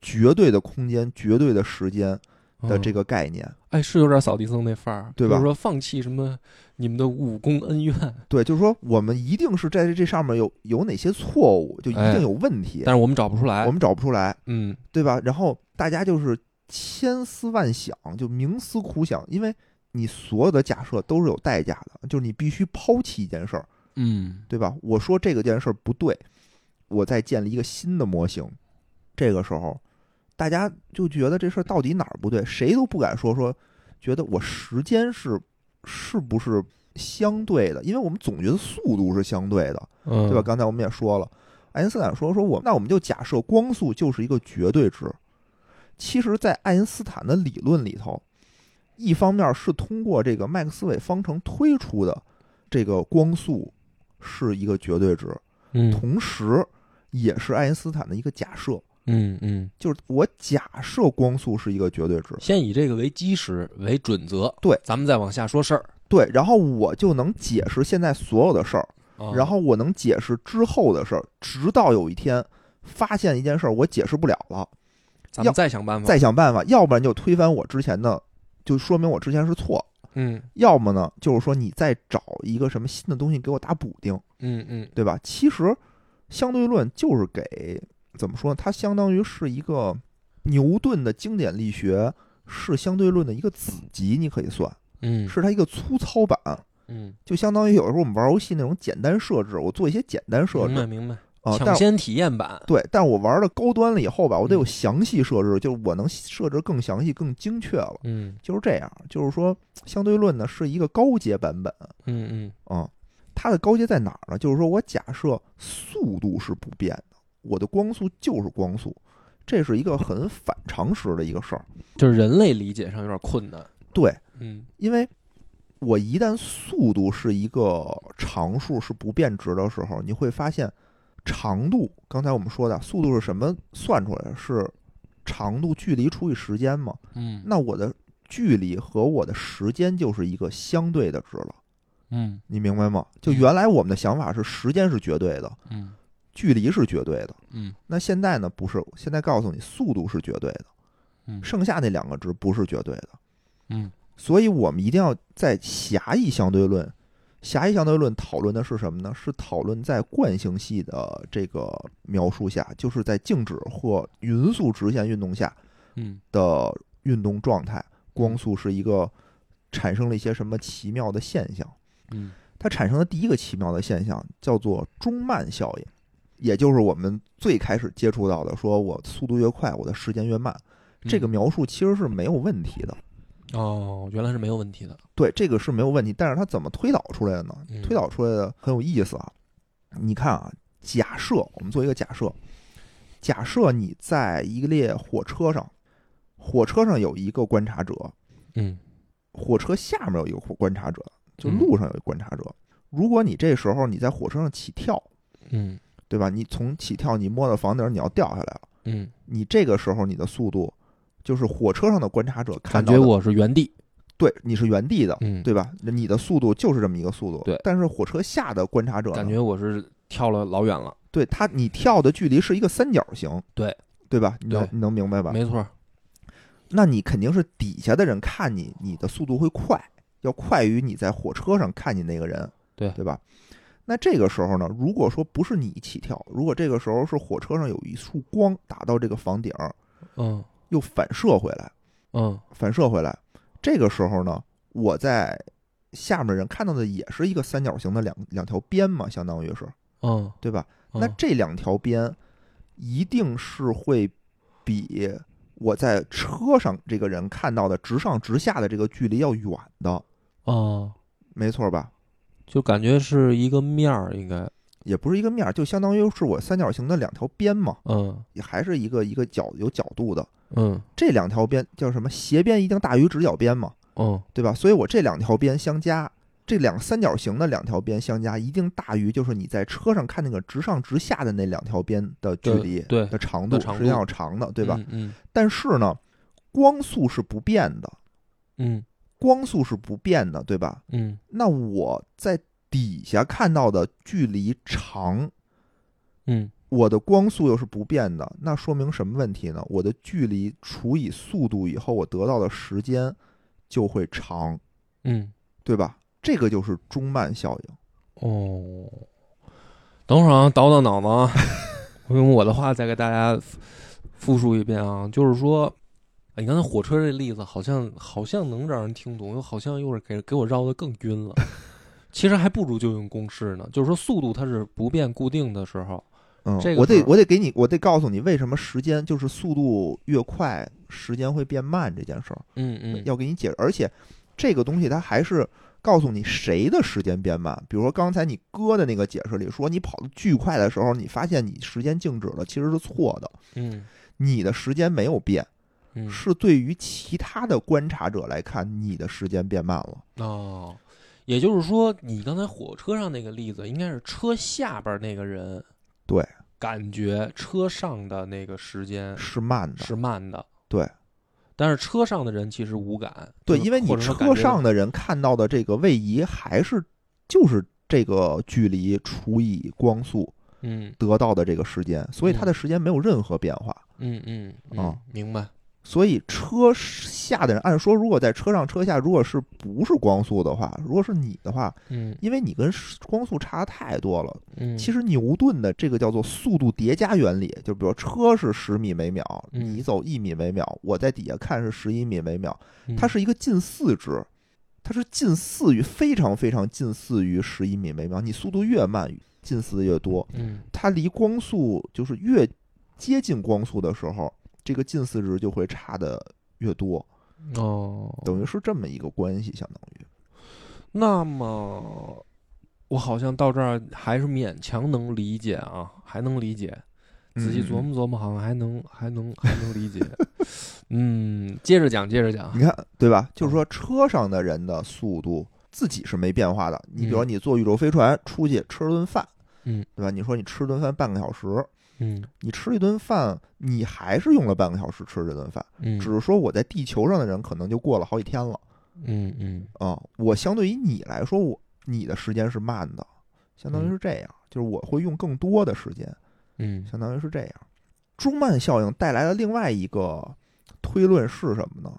Speaker 3: 绝对的空间、绝对的时间的这
Speaker 2: 个，
Speaker 3: 个概念。
Speaker 2: 哎，是有点扫地僧那范儿，
Speaker 3: 对吧
Speaker 2: 就是说放弃什么你们的武功恩怨，
Speaker 3: 对，就是说我们一定是在这上面有有哪些错误，就一
Speaker 2: 哎
Speaker 3: 定有问题，
Speaker 2: 但是哎我们找不出来
Speaker 3: 我。们找不出来。
Speaker 2: 嗯，
Speaker 3: 对吧？然后大家就是千思万想，就冥思苦想，因为你所有的假设都是有代价的，就是你必须抛弃一件事儿，
Speaker 2: 嗯，
Speaker 3: 对吧？我说这个件事儿不对，我再建立一个新的模型。这个时候，大家就觉得这事儿到底哪儿不对，谁都不敢说说，觉得我时间是是不是相对的？因为我们总觉得速度是相对的，
Speaker 2: 对
Speaker 3: 对吧？？刚才我们也说了，爱因斯坦说说我，那我们就假设光速就是一个绝对值。其实，在爱因斯坦的理论里头，一方面是通过这个麦克斯韦方程推出的这个光速是一个绝对值，
Speaker 2: 嗯
Speaker 3: 同时也是爱因斯坦的一个假设，
Speaker 2: 嗯嗯，
Speaker 3: 就是我假设光速是一个绝对值，
Speaker 2: 先以这个为基石为准则，
Speaker 3: 对
Speaker 2: 咱们再往下说事儿。
Speaker 3: 对，然后我就能解释现在所有的事儿，
Speaker 2: 啊
Speaker 3: 然后我能解释之后的事儿，直到有一天发现一件事儿我解释不了了。
Speaker 2: 咱
Speaker 3: 要
Speaker 2: 们再想办法。
Speaker 3: 再想办法，要不然就推翻我之前的，就说明我之前是错；
Speaker 2: 嗯
Speaker 3: 要么呢，就是说你再找一个什么新的东西给我打补丁，
Speaker 2: 嗯嗯，
Speaker 3: 对吧？其实相对论就是给怎么说呢？它相当于是一个牛顿的经典力学是相对论的一个子集，你可以算
Speaker 2: 嗯
Speaker 3: 是它一个粗糙版，
Speaker 2: 嗯，
Speaker 3: 就相当于有时候我们玩游戏那种简单设置，我做一些简单设
Speaker 2: 明
Speaker 3: 置
Speaker 2: 白明白，
Speaker 3: 啊、但
Speaker 2: 抢先体验版。
Speaker 3: 对，但我玩的高端了以后吧，我得有
Speaker 2: 嗯
Speaker 3: 详细设置，就是我能设置更详细、更精确了。
Speaker 2: 嗯
Speaker 3: 就是这样，就是说相对论呢是一个高阶版本
Speaker 2: 嗯嗯
Speaker 3: 啊、它的高阶在哪儿呢？就是说我假设速度是不变的，我的光速就是光速，这是一个很反常识的一个事儿。，
Speaker 2: 就是人类理解上有点困难。
Speaker 3: 对，
Speaker 2: 嗯
Speaker 3: 因为我一旦速度是一个常数是不变值的时候，你会发现长度，刚才我们说的速度是什么算出来的？是长度距离除以时间嘛？
Speaker 2: 嗯
Speaker 3: 那我的距离和我的时间就是一个相对的值了，
Speaker 2: 嗯
Speaker 3: 你明白吗？就原来我们的想法是时间是绝对的，
Speaker 2: 嗯
Speaker 3: 距离是绝对的。
Speaker 2: 嗯
Speaker 3: 那现在呢？不是，现在告诉你速度是绝对的，
Speaker 2: 嗯
Speaker 3: 剩下那两个值不是绝对的。
Speaker 2: 嗯
Speaker 3: 所以我们一定要在狭义相对论，狭义相对论讨论的是什么呢？是讨论在惯性系的这个描述下，就是在静止或匀速直线运动下，
Speaker 2: 嗯
Speaker 3: 的运动状态，光速是一个产生了一些什么奇妙的现象。
Speaker 2: 嗯
Speaker 3: 它产生的第一个奇妙的现象叫做中慢效应，也就是我们最开始接触到的，说我速度越快，我的时间越慢。
Speaker 2: 嗯
Speaker 3: 这个描述其实是没有问题的，
Speaker 2: 哦，原来是没有问题的。
Speaker 3: 对，这个是没有问题。但是它怎么推导出来的呢？
Speaker 2: 嗯
Speaker 3: 推导出来的很有意思啊。你看啊，假设我们做一个假设，假设你在一列火车上，火车上有一个观察者，
Speaker 2: 嗯
Speaker 3: 火车下面有一个火观察者，就
Speaker 2: 嗯
Speaker 3: 路上有一个观察者。如果你这时候你在火车上起跳，
Speaker 2: 嗯
Speaker 3: 对吧？你从起跳，你摸到房顶，你要掉下来了。
Speaker 2: 嗯，
Speaker 3: 你这个时候你的速度，就是火车上的观察者看
Speaker 2: 感
Speaker 3: 到
Speaker 2: 觉
Speaker 3: 的，
Speaker 2: 我是原地。
Speaker 3: 对你是原地的，
Speaker 2: 嗯，
Speaker 3: 对吧？你的速度就是这么一个速度。
Speaker 2: 对
Speaker 3: 但是火车下的观察者呢
Speaker 2: 感觉我是跳了老远了。
Speaker 3: 对他，你跳的距离是一个三角形，
Speaker 2: 对
Speaker 3: 对吧？你能
Speaker 2: 对
Speaker 3: 你能明白吧？
Speaker 2: 没错儿。
Speaker 3: 那你肯定是底下的人看你，你的速度会快，要快于你在火车上看见那个人，
Speaker 2: 对
Speaker 3: 对吧？那这个时候呢，如果说不是你起跳，如果这个时候是火车上有一束光打到这个房顶儿，
Speaker 2: 嗯
Speaker 3: 又反射回来，
Speaker 2: 嗯
Speaker 3: 反射回来，这个时候呢，我在下面人看到的也是一个三角形的两两条边嘛，相当于是
Speaker 2: 嗯，
Speaker 3: 对吧？
Speaker 2: 嗯
Speaker 3: 那这两条边一定是会比我在车上这个人看到的直上直下的这个距离要远的，
Speaker 2: 哦，
Speaker 3: 没错吧？
Speaker 2: 就感觉是一个面儿，应该，
Speaker 3: 也不是一个面儿，就相当于是我三角形的两条边嘛，
Speaker 2: 嗯
Speaker 3: 也还是一个一个角有角度的。
Speaker 2: 嗯
Speaker 3: 这两条边叫什么？斜边一定大于直角边嘛，
Speaker 2: 嗯，
Speaker 3: 对吧？所以我这两条边相加，这两三角形的两条边相加一定大于就是你在车上看那个直上直下的那两条边的距
Speaker 2: 对
Speaker 3: 离
Speaker 2: 对
Speaker 3: 的长
Speaker 2: 的
Speaker 3: 度，
Speaker 2: 长
Speaker 3: 实际上
Speaker 2: 度
Speaker 3: 要长的，对吧？
Speaker 2: 嗯？嗯
Speaker 3: 但是呢，光速是不变的，
Speaker 2: 嗯
Speaker 3: 光速是不变的，对吧？
Speaker 2: 嗯，
Speaker 3: 那我在底下看到的距离长，
Speaker 2: 嗯，
Speaker 3: 我的光速又是不变的，那说明什么问题呢？我的距离除以速度以后，我得到的时间就会长，
Speaker 2: 嗯，
Speaker 3: 对吧？这个就是中慢效应。
Speaker 2: 哦，等会儿啊，倒倒脑子啊， (laughs) 我用我的话再给大家复复述一遍啊，就是说，哎你刚才火车这例子好像好像能让人听懂，又好像又是给给我绕得更晕了。 (laughs) 其实还不如就用公式呢，就是说速度它是不变固定的时候，
Speaker 3: 嗯，
Speaker 2: 这个
Speaker 3: 我得
Speaker 2: 是
Speaker 3: 我得给你，我得告诉你为什么时间就是速度越快，时间会变慢这件事儿，
Speaker 2: 嗯嗯，
Speaker 3: 要给你解释。而且这个东西它还是告诉你谁的时间变慢。比如说刚才你哥的那个解释里说，你跑得巨快的时候，你发现你时间静止了，其实是错的，
Speaker 2: 嗯
Speaker 3: 你的时间没有变。
Speaker 2: 嗯
Speaker 3: 是对于其他的观察者来看，你的时间变慢了。
Speaker 2: 哦，也就是说，你刚才火车上那个例子，应该是车下边那个人
Speaker 3: 对，
Speaker 2: 感觉车上的那个时间
Speaker 3: 是慢的，
Speaker 2: 嗯是慢的，
Speaker 3: 对。
Speaker 2: 但是车上的人其实无感，
Speaker 3: 对，
Speaker 2: 就是
Speaker 3: 因为你
Speaker 2: 或者说感
Speaker 3: 车
Speaker 2: 觉
Speaker 3: 上的人看到的这个位移还是就是这个距离除以光速
Speaker 2: 嗯
Speaker 3: 得到的这个时间，所以它的时间没有任何变化。
Speaker 2: 嗯嗯嗯
Speaker 3: 啊
Speaker 2: 明白，
Speaker 3: 所以车下的人，按说如果在车上车下，如果是不是光速的话，如果是你的话，
Speaker 2: 嗯
Speaker 3: 因为你跟时光速差太多了，
Speaker 2: 嗯，
Speaker 3: 其
Speaker 2: 实
Speaker 3: 实牛顿的这个叫做速度叠加原理，就比如车是十米每秒，
Speaker 2: 嗯
Speaker 3: 你走一米每秒，我在底下看是十一米每秒，
Speaker 2: 嗯
Speaker 3: 它是一个近似值，它是近似于非常非常近似于十一米每秒，你速度越慢，近似的越多，
Speaker 2: 嗯
Speaker 3: 它离光速就是越接近光速的时候，这个近似值就会差的越多，
Speaker 2: 哦，
Speaker 3: 等于是这么一个关系，相当于。
Speaker 2: 那么我好像到这儿还是勉强能理解啊，还能理解。仔细琢
Speaker 3: 嗯，
Speaker 2: 磨琢磨，好像还能还能还能理解。 (laughs) 嗯，接着讲，接着讲
Speaker 3: 你。看对吧？就
Speaker 2: 哦
Speaker 3: 是说车上的人的速度自己是没变化的。你比如
Speaker 2: 嗯
Speaker 3: 你坐宇宙飞船出去吃顿饭，
Speaker 2: 嗯，
Speaker 3: 对吧？你说你吃顿饭半个小时，
Speaker 2: 嗯
Speaker 3: 你吃一顿饭，你还是用了半个小时吃这顿饭，
Speaker 2: 嗯
Speaker 3: 只是说我在地球上的人可能就过了好几天了
Speaker 2: 嗯嗯
Speaker 3: 啊、我相对于你来说，我你的时间是慢的，相当于是这样，就是我会用更多的时间，
Speaker 2: 嗯
Speaker 3: 相当于是这样。中慢效应带来的另外一个推论是什么呢？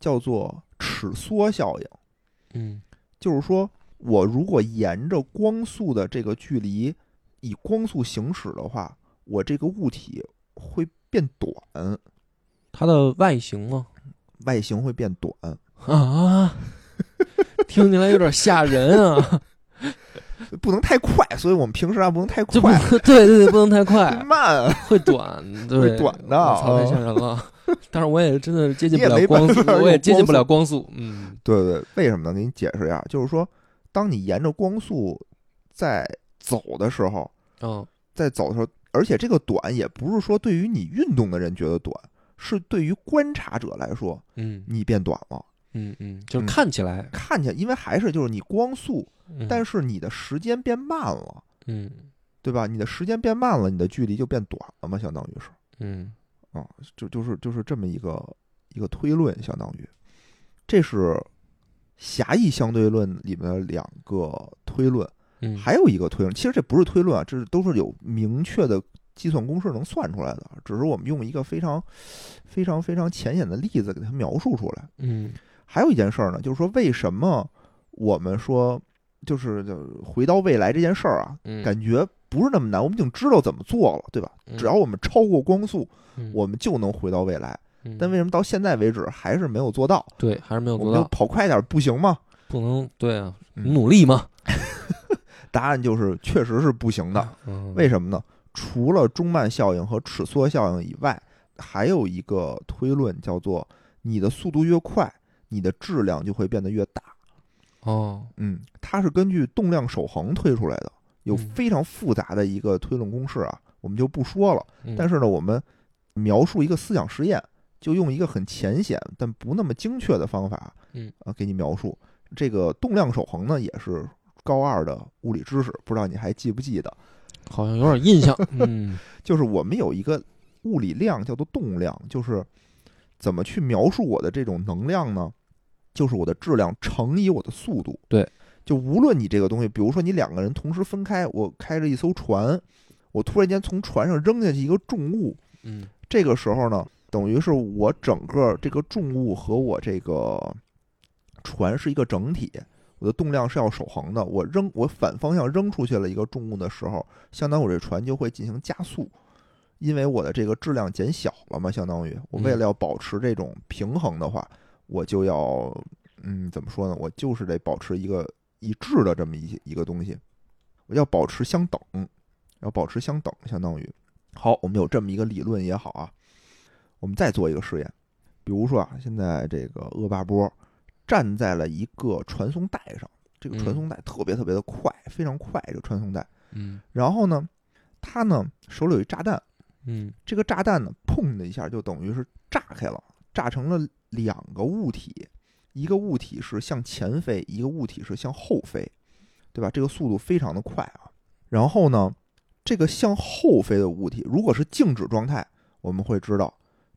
Speaker 3: 叫做尺缩效应。
Speaker 2: 嗯
Speaker 3: 就是说我如果沿着光速的这个距离以光速行驶的话，我这个物体会变短，
Speaker 2: 它的外形吗？
Speaker 3: 外形会变短。
Speaker 2: 啊， (laughs) 听起来有点吓人啊！
Speaker 3: 不能太快，所以我们平时啊不能太
Speaker 2: 这不
Speaker 3: 快，
Speaker 2: (laughs) 对对对，不能太
Speaker 3: 太
Speaker 2: 快，
Speaker 3: 慢。
Speaker 2: 会短，对，
Speaker 3: 会短的
Speaker 2: 我操，
Speaker 3: 啊
Speaker 2: 太吓人了。但是我也真的是接近不
Speaker 3: 你也
Speaker 2: 了
Speaker 3: 没办
Speaker 2: 光速，
Speaker 3: 法
Speaker 2: 我也
Speaker 3: 用
Speaker 2: 接近不
Speaker 3: 光速
Speaker 2: 了光速。嗯
Speaker 3: 对对，为什么呢？给你解释一下，就是说，当你沿着光速在走的时候，
Speaker 2: 嗯
Speaker 3: 在走的时候，而且这个短也不是说对于你运动的人觉得短，是对于观察者来说，
Speaker 2: 嗯
Speaker 3: 你变短了。
Speaker 2: 嗯嗯，就是
Speaker 3: 嗯
Speaker 2: 看起来，
Speaker 3: 看起来，因为还是就是你光速但
Speaker 2: 是
Speaker 3: 是你的时间变慢了，
Speaker 2: 嗯
Speaker 3: 对吧？你的时间变慢了，你的距离就变短了嘛，相当于是
Speaker 2: 嗯
Speaker 3: 啊，就就是就是这么一个一个推论，相当于这是狭义相对论里面的两个推论，
Speaker 2: 嗯，
Speaker 3: 还有一个推论，其实这不是推论啊，这是都是有明确的计算公式能算出来的，只是我们用一个非常非常非常浅显的例子给它描述出来。
Speaker 2: 嗯
Speaker 3: 还有一件事儿呢，就是说为什么我们说就是就是回到未来这件事儿啊，
Speaker 2: 嗯，
Speaker 3: 感觉不是那么难，我们已经知道怎么做了，对吧？只要我们超过光速，
Speaker 2: 嗯
Speaker 3: 我们就能回到未来。
Speaker 2: 嗯
Speaker 3: 但为什么到现在为止还是没有做到？
Speaker 2: 对还是没有
Speaker 3: 我
Speaker 2: 做
Speaker 3: 们就
Speaker 2: 到，
Speaker 3: 跑快点儿不行吗？
Speaker 2: 不能对啊，
Speaker 3: 嗯
Speaker 2: 努力嘛。
Speaker 3: 答案就是确实是不行的。
Speaker 2: 嗯，
Speaker 3: 为什么呢？除了中慢效应和尺缩效应以外，还有一个推论叫做：你的速度越快，你的质量就会变得越大。
Speaker 2: 哦，
Speaker 3: 嗯，它是根据动量守恒推出来的，有
Speaker 2: 嗯
Speaker 3: 非常复杂的一个推论公式啊，我们就不说了。
Speaker 2: 嗯
Speaker 3: 但是呢，我们描述一个思想实验，就用一个很浅显但不那么精确的方法，
Speaker 2: 嗯，
Speaker 3: 啊，给你描述这个动量守恒呢，也是高二的物理知识，不知道你还记不记得？
Speaker 2: 好像有点印象，嗯
Speaker 3: 就是我们有一个物理量叫做动量，就是怎么去描述我的这种能量呢？就是我的质量乘以我的速度。
Speaker 2: 对，
Speaker 3: 就无论你这个东西，比如说你两个人同时分开，我开着一艘船，我突然间从船上扔下去一个重物，
Speaker 2: 嗯
Speaker 3: 这个时候呢，等于是我整个这个重物和我这个船是一个整体，我的动量是要守恒的。我扔我反方向扔出去了一个重物的时候，相当于我这船就会进行加速，因为我的这个质量减小了嘛，相当于我为了要保持这种平衡的话，我就要嗯怎么说呢？我就是得保持一个一致的这么一一个东西，我要保持相等，要保持相等，相当于。好，我们有这么一个理论也好啊，我们再做一个实验，比如说啊，现在这个恶霸波站在了一个传送带上，这个传送带特别特别的快，非常快，这个传送带。
Speaker 2: 嗯
Speaker 3: 然后呢，他呢手里有一炸弹，
Speaker 2: 嗯
Speaker 3: 这个炸弹呢砰的一下就等于是炸开了，炸成了两个物体，一个物体是向前飞，一个物体是向后飞，对吧？这个速度非常的快啊。然后呢，这个向后飞的物体如果是静止状态，我们会知道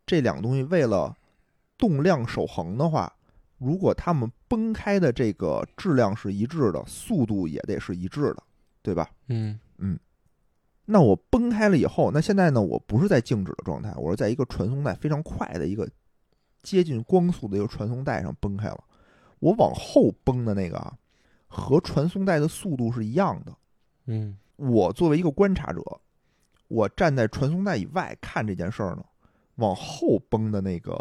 Speaker 3: 这两个东西为了动量守恒的话，如果它们崩开的这个质量是一致的，速度也得是一致的，对吧？
Speaker 2: 嗯
Speaker 3: 那我崩开了以后，那现在呢，我不是在静止的状态，我是在一个传送带非常快的一个接近光速的一个传送带上崩开了。我往后崩的那个啊，和传送带的速度是一样的。
Speaker 2: 嗯
Speaker 3: 我作为一个观察者，我站在传送带以外看这件事儿呢，往后崩的那个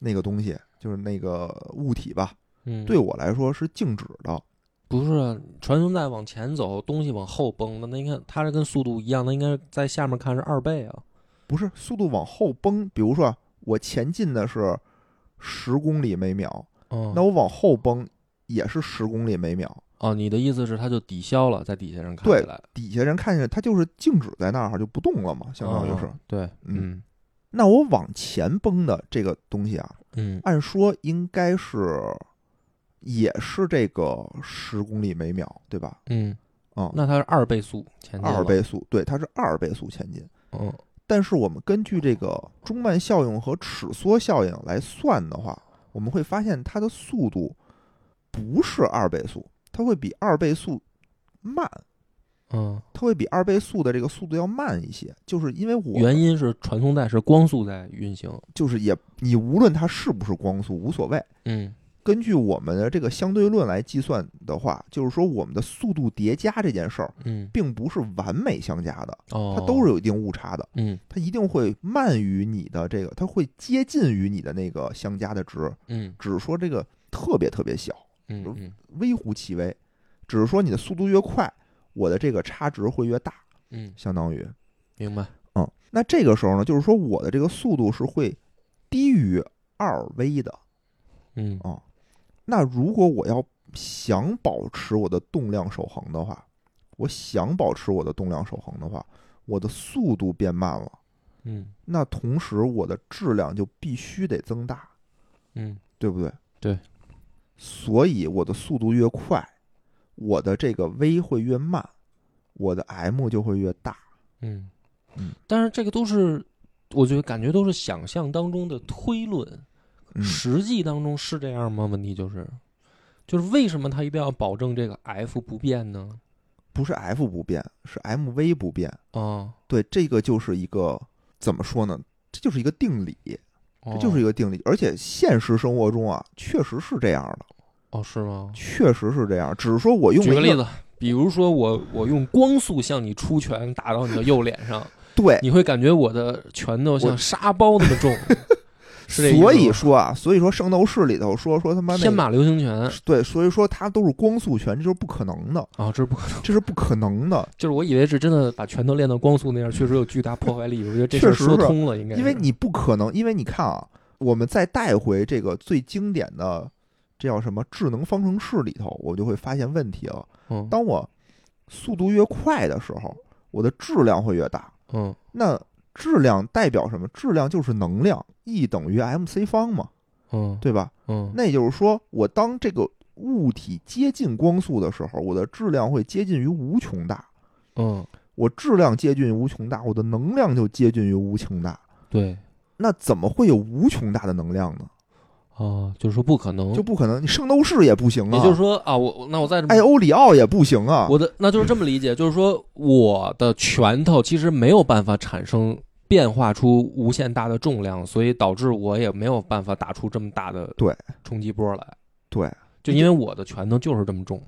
Speaker 3: 那个东西，就是那个物体吧，
Speaker 2: 嗯，
Speaker 3: 对，我来说是静止的。
Speaker 2: 不是啊传送带往前走，东西往后崩，那那应该它是跟速度一样，那应该在下面看是二倍啊，
Speaker 3: 不是速度往后崩，比如说啊我前进的是十公里每秒，
Speaker 2: 哦
Speaker 3: 那我往后崩也是十公里每秒，
Speaker 2: 哦，你的意思是它就抵消了，在底下人看
Speaker 3: 对
Speaker 2: 起来，
Speaker 3: 底下人看见它就是静止在那儿就不动了嘛，相当于是。
Speaker 2: 哦对，嗯
Speaker 3: 那我往前崩的这个东西啊，
Speaker 2: 嗯
Speaker 3: 按说应该是也是这个十公里每秒，对吧？
Speaker 2: 嗯，
Speaker 3: 啊、
Speaker 2: 那它是二倍速前进，
Speaker 3: 二，倍速，对，它是二倍速前进。
Speaker 2: 嗯
Speaker 3: 但是我们根据这个中慢效应和尺缩效应来算的话，我们会发现它的速度不是二倍速，它会比二倍速慢，
Speaker 2: 嗯，
Speaker 3: 它会比二倍速的这个速度要慢一些，就是因为我
Speaker 2: 原因是传送带是光速在运行，
Speaker 3: 就是也你无论它是不是光速无所谓，
Speaker 2: 嗯
Speaker 3: 根据我们的这个相对论来计算的话，就是说我们的速度叠加这件事儿
Speaker 2: 嗯，
Speaker 3: 并不是完美相加的，
Speaker 2: 哦，
Speaker 3: 它都是有一定误差的。
Speaker 2: 嗯
Speaker 3: 它一定会慢于你的这个，它会接近于你的那个相加的值，
Speaker 2: 嗯
Speaker 3: 只是说这个特别特别小，
Speaker 2: 嗯嗯
Speaker 3: 微乎其微，只是说你的速度越快，我的这个差值会越大，
Speaker 2: 嗯，
Speaker 3: 相当于，
Speaker 2: 明白，
Speaker 3: 嗯，那这个时候呢，就是说我的这个速度是会低于二 v 的
Speaker 2: 嗯
Speaker 3: 啊、那如果我要想保持我的动量守恒的话，我想保持我的动量守恒的话，我的速度变慢了。
Speaker 2: 嗯
Speaker 3: 那同时我的质量就必须得增大，
Speaker 2: 嗯
Speaker 3: 对不对？
Speaker 2: 对。
Speaker 3: 所以我的速度越快，我的这个 v 会越慢，我的 m 就会越大。
Speaker 2: 嗯
Speaker 3: 嗯，
Speaker 2: 但是这个都是，我觉得感觉都是想象当中的推论，
Speaker 3: 嗯，
Speaker 2: 实际当中是这样吗？问题就是，就是为什么他一定要保证这个 f 不变呢？
Speaker 3: 不是 f 不变，是 mv 不变。
Speaker 2: 啊，
Speaker 3: 对，这个就是一个怎么说呢？这就是一个定理，
Speaker 2: 这
Speaker 3: 这就是一个定理。而且现实生活中啊，确实是这样的，
Speaker 2: 哦，是吗？
Speaker 3: 确实是这样。只是说我用
Speaker 2: 举
Speaker 3: 了一
Speaker 2: 个例子，比如说我我用光速向你出拳，打到你的右脸
Speaker 3: (laughs)
Speaker 2: 上，
Speaker 3: 对，
Speaker 2: 你会感觉我的拳头像沙包那么
Speaker 3: (laughs)
Speaker 2: 重，是这意思吗
Speaker 3: 所以说啊，所以说圣斗士里头说说他妈那
Speaker 2: 天
Speaker 3: 个
Speaker 2: 马流星拳啊
Speaker 3: 对，所以说它都是光速拳，这就是不可能的，，
Speaker 2: 哦这不可能。
Speaker 3: 啊这是不可能的，
Speaker 2: (laughs) 就是我以为是真的把拳头练到光速那样，确实有巨大破坏力。我觉得这事儿
Speaker 3: 确实是
Speaker 2: 说通了，应该是
Speaker 3: 因为你不可能，因为你看啊，我们再带回这个最经典的这叫什么智能方程式里头，我就会发现问题了。
Speaker 2: 嗯
Speaker 3: 当我速度越快的时候，我的质量会越大。
Speaker 2: 嗯
Speaker 3: 那质量代表什么？质量就是能量，E 等于 mc 方嘛，
Speaker 2: 嗯
Speaker 3: 对吧？
Speaker 2: 嗯
Speaker 3: 那也就是说，我当这个物体接近光速的时候，我的质量会接近于无穷大。
Speaker 2: 嗯，
Speaker 3: 我质量接近于无穷大，我的能量就接近于无穷大。
Speaker 2: 对
Speaker 3: 那怎么会有无穷大的能量呢？
Speaker 2: 啊，就是说不可能，
Speaker 3: 就不可能，你圣斗士也不行啊，
Speaker 2: 也就是说啊，我我那我再这么
Speaker 3: 艾欧里奥也不行啊。
Speaker 2: 我的那就是这么理解，就是说我的拳头其实没有办法产生变化出无限大的重量，所以导致我也没有办法打出这么大的
Speaker 3: 对
Speaker 2: 冲击波来，
Speaker 3: 对，
Speaker 2: 就因为我的拳头就是这么重。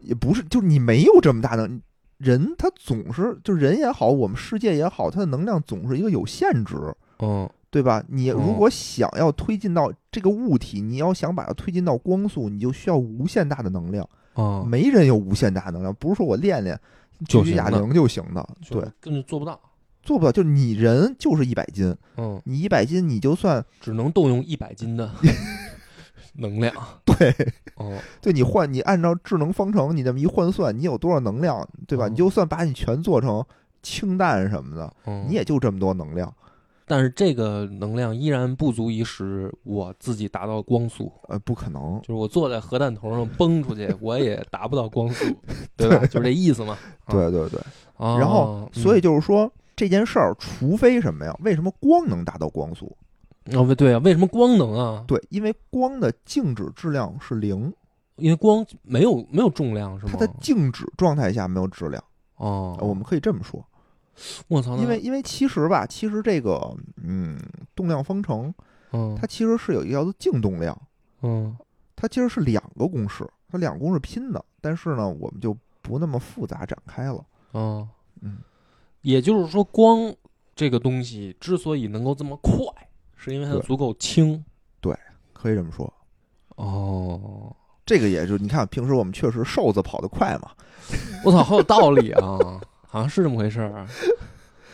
Speaker 3: 也不是，就是你没有这么大能。人他总是就人也好，我们世界也好，它的能量总是一个有限值，
Speaker 2: 嗯
Speaker 3: 对吧？你如
Speaker 2: 嗯
Speaker 3: 果想要推进到这个物体，你要想把它推进到光速，你就需要无限大的能量。
Speaker 2: 啊，
Speaker 3: 没人有无限大能量，不是说我练练
Speaker 2: 就
Speaker 3: 举
Speaker 2: 行
Speaker 3: 举哑
Speaker 2: 的
Speaker 3: 铃就行的，
Speaker 2: 就
Speaker 3: 对，
Speaker 2: 根本做不到。
Speaker 3: 做不到。就是你人就是一百斤，
Speaker 2: 嗯，
Speaker 3: 你一百斤，你就算
Speaker 2: 只能动用一百斤
Speaker 3: (laughs)
Speaker 2: 的能量。对，哦，
Speaker 3: 对你换你按照智能方程，你这么一换算，你有多少能量，对吧？
Speaker 2: 嗯
Speaker 3: 你就算把你全做成氢弹什么的，
Speaker 2: 嗯，
Speaker 3: 你也就这么多能量。
Speaker 2: 但是这个能量依然不足以使我自己达到光速，
Speaker 3: 呃，不可能，
Speaker 2: 就是我坐在核弹头上崩出去，我也
Speaker 3: (laughs)
Speaker 2: 达不到光速，对吧？就是这意思嘛。啊
Speaker 3: 对对对。
Speaker 2: 啊、
Speaker 3: 然后，所以
Speaker 2: 就
Speaker 3: 就是说这件事儿，除非什么呀？为什么光能达到光速？
Speaker 2: 啊，不对啊，为什么光能啊？
Speaker 3: 对，因为光的静止质量是零，
Speaker 2: 因为光没有没有重量是吗
Speaker 3: 它？的静止状态下没有质量。
Speaker 2: 哦
Speaker 3: 呃，我们可以这么说。
Speaker 2: 我操，那
Speaker 3: 因为因为其实吧，其实这个嗯，动量方程
Speaker 2: 嗯
Speaker 3: 它其实是有一个叫做静动量，
Speaker 2: 嗯
Speaker 3: 它其实是两个公式，它两个公式拼的，但是呢，我们就不那么复杂展开了。
Speaker 2: 嗯
Speaker 3: 嗯，
Speaker 2: 也就是说，光这个东西之所以能够这么快，是因为它
Speaker 3: 对
Speaker 2: 足够轻。
Speaker 3: 可以这么说，
Speaker 2: 哦，
Speaker 3: 这个也就你看，平时我们确实瘦子跑得快嘛，
Speaker 2: (laughs) 我操，好有道理啊，好像是这么回事儿。啊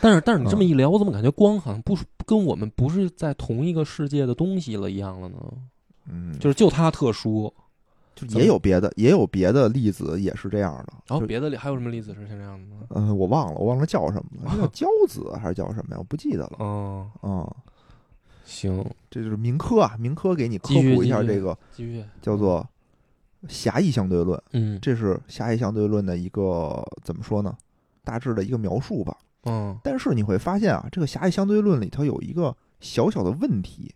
Speaker 2: 但是，但是你这么一聊，我怎么感觉光好像不是跟我们不是在同一个世界的东西了一样了呢？
Speaker 3: 嗯，
Speaker 2: 就是就它特殊，
Speaker 3: 就也有别的，也有别的例子也是这样的。
Speaker 2: 然后
Speaker 3: 就
Speaker 2: 哦别的里还有什么例子是像这样的呢？
Speaker 3: 嗯，我忘了，我忘了叫什
Speaker 2: 哦
Speaker 3: 么了，叫胶子啊还是叫什么呀？我不记得了。
Speaker 2: 嗯，
Speaker 3: 嗯，
Speaker 2: 行，
Speaker 3: 这就是民科啊，民科给你科
Speaker 2: 继续
Speaker 3: 普一下
Speaker 2: 继续
Speaker 3: 这个
Speaker 2: 继续。
Speaker 3: 叫做狭义相对论。
Speaker 2: 嗯
Speaker 3: 这是狭义相对论的一个怎么说呢？大致的一个描述吧。
Speaker 2: 嗯，
Speaker 3: 但是你会发现啊，这个狭义相对论里头有一个小小的问题，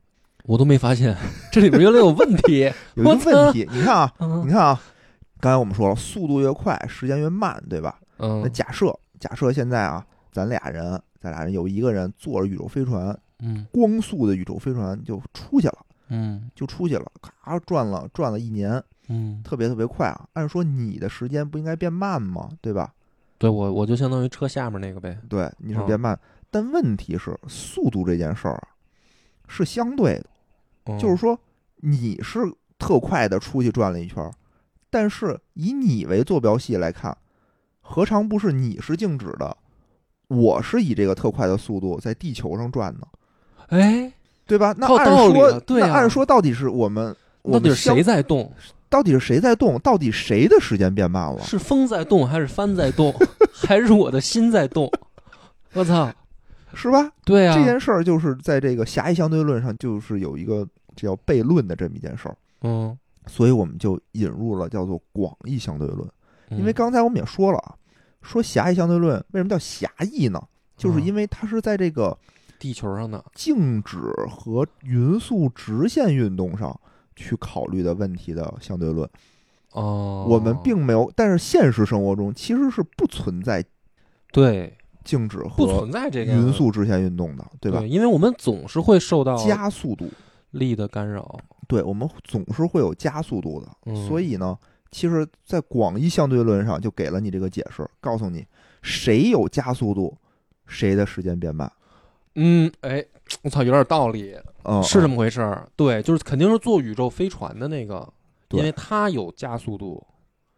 Speaker 2: 我都没发现这里边原来有问题。
Speaker 3: 有一个
Speaker 2: 我操
Speaker 3: 问题。你看啊，
Speaker 2: (laughs) 嗯
Speaker 3: 你看啊，刚才我们说了，速度越快，时间越慢，对吧？那
Speaker 2: 嗯
Speaker 3: 假设假设现在啊，咱俩人，咱俩人有一个人坐着宇宙飞船，
Speaker 2: 嗯
Speaker 3: 光速的宇宙飞船就出去了，
Speaker 2: 嗯
Speaker 3: 就出去了，咔转了转了一年，
Speaker 2: 嗯，
Speaker 3: 特别特别快啊。按说你的时间不应该变慢吗？对吧？
Speaker 2: 对我我就相当于车下面那个呗。
Speaker 3: 对，你是
Speaker 2: 嗯
Speaker 3: 变慢。但问题是，速度这件事儿啊，是相对的，
Speaker 2: 嗯
Speaker 3: 就是说你是特快的出去转了一圈儿，但是以你为坐标系来看，何尝不是你是静止的，我是以这个特快的速度在地球上转呢，
Speaker 2: 哎，
Speaker 3: 对吧？那
Speaker 2: 靠
Speaker 3: 按
Speaker 2: 道理
Speaker 3: 说，
Speaker 2: 了对
Speaker 3: 那
Speaker 2: 啊
Speaker 3: 按说到底是我们。我
Speaker 2: 到底
Speaker 3: 们
Speaker 2: 是
Speaker 3: 相
Speaker 2: 谁在动？
Speaker 3: 到底是谁在动？到底谁的时间变慢了？
Speaker 2: 是风在动，还是帆在
Speaker 3: (laughs)
Speaker 2: 动，还是我的心在动？我操！
Speaker 3: 是吧？
Speaker 2: 对啊，
Speaker 3: 这件事儿就是在这个狭义相对论上，就是有一个这叫悖论的这么一件事儿。
Speaker 2: 嗯，
Speaker 3: 所以我们就引入了叫做广义相对论。
Speaker 2: 嗯
Speaker 3: 因为刚才我们也说了啊，说狭义相对论为什么叫狭义呢？就是
Speaker 2: 嗯
Speaker 3: 因为它是在这个
Speaker 2: 地球上的，
Speaker 3: 静止和匀速直线运动上去考虑的问题的相对论。
Speaker 2: 哦，
Speaker 3: 我们并没有，但是现实生活中其实是不存在
Speaker 2: 对
Speaker 3: 静止
Speaker 2: 不
Speaker 3: 和
Speaker 2: 存在这个
Speaker 3: 匀，速直线运动的，对
Speaker 2: 对
Speaker 3: 吧？
Speaker 2: 因为我们总是会受到
Speaker 3: 加速度，
Speaker 2: 力的干扰。
Speaker 3: 对我们总是会有加速度的，
Speaker 2: 嗯
Speaker 3: 所以呢，其实，在广义相对论上就给了你这个解释，告诉你谁有加速度，谁的时间变慢。
Speaker 2: 嗯，哎，我操，有点道理，
Speaker 3: 嗯，
Speaker 2: 是这
Speaker 3: 么
Speaker 2: 么回事儿。对，就是肯定是坐宇宙飞船的那个，
Speaker 3: 对
Speaker 2: 因为它有加速度，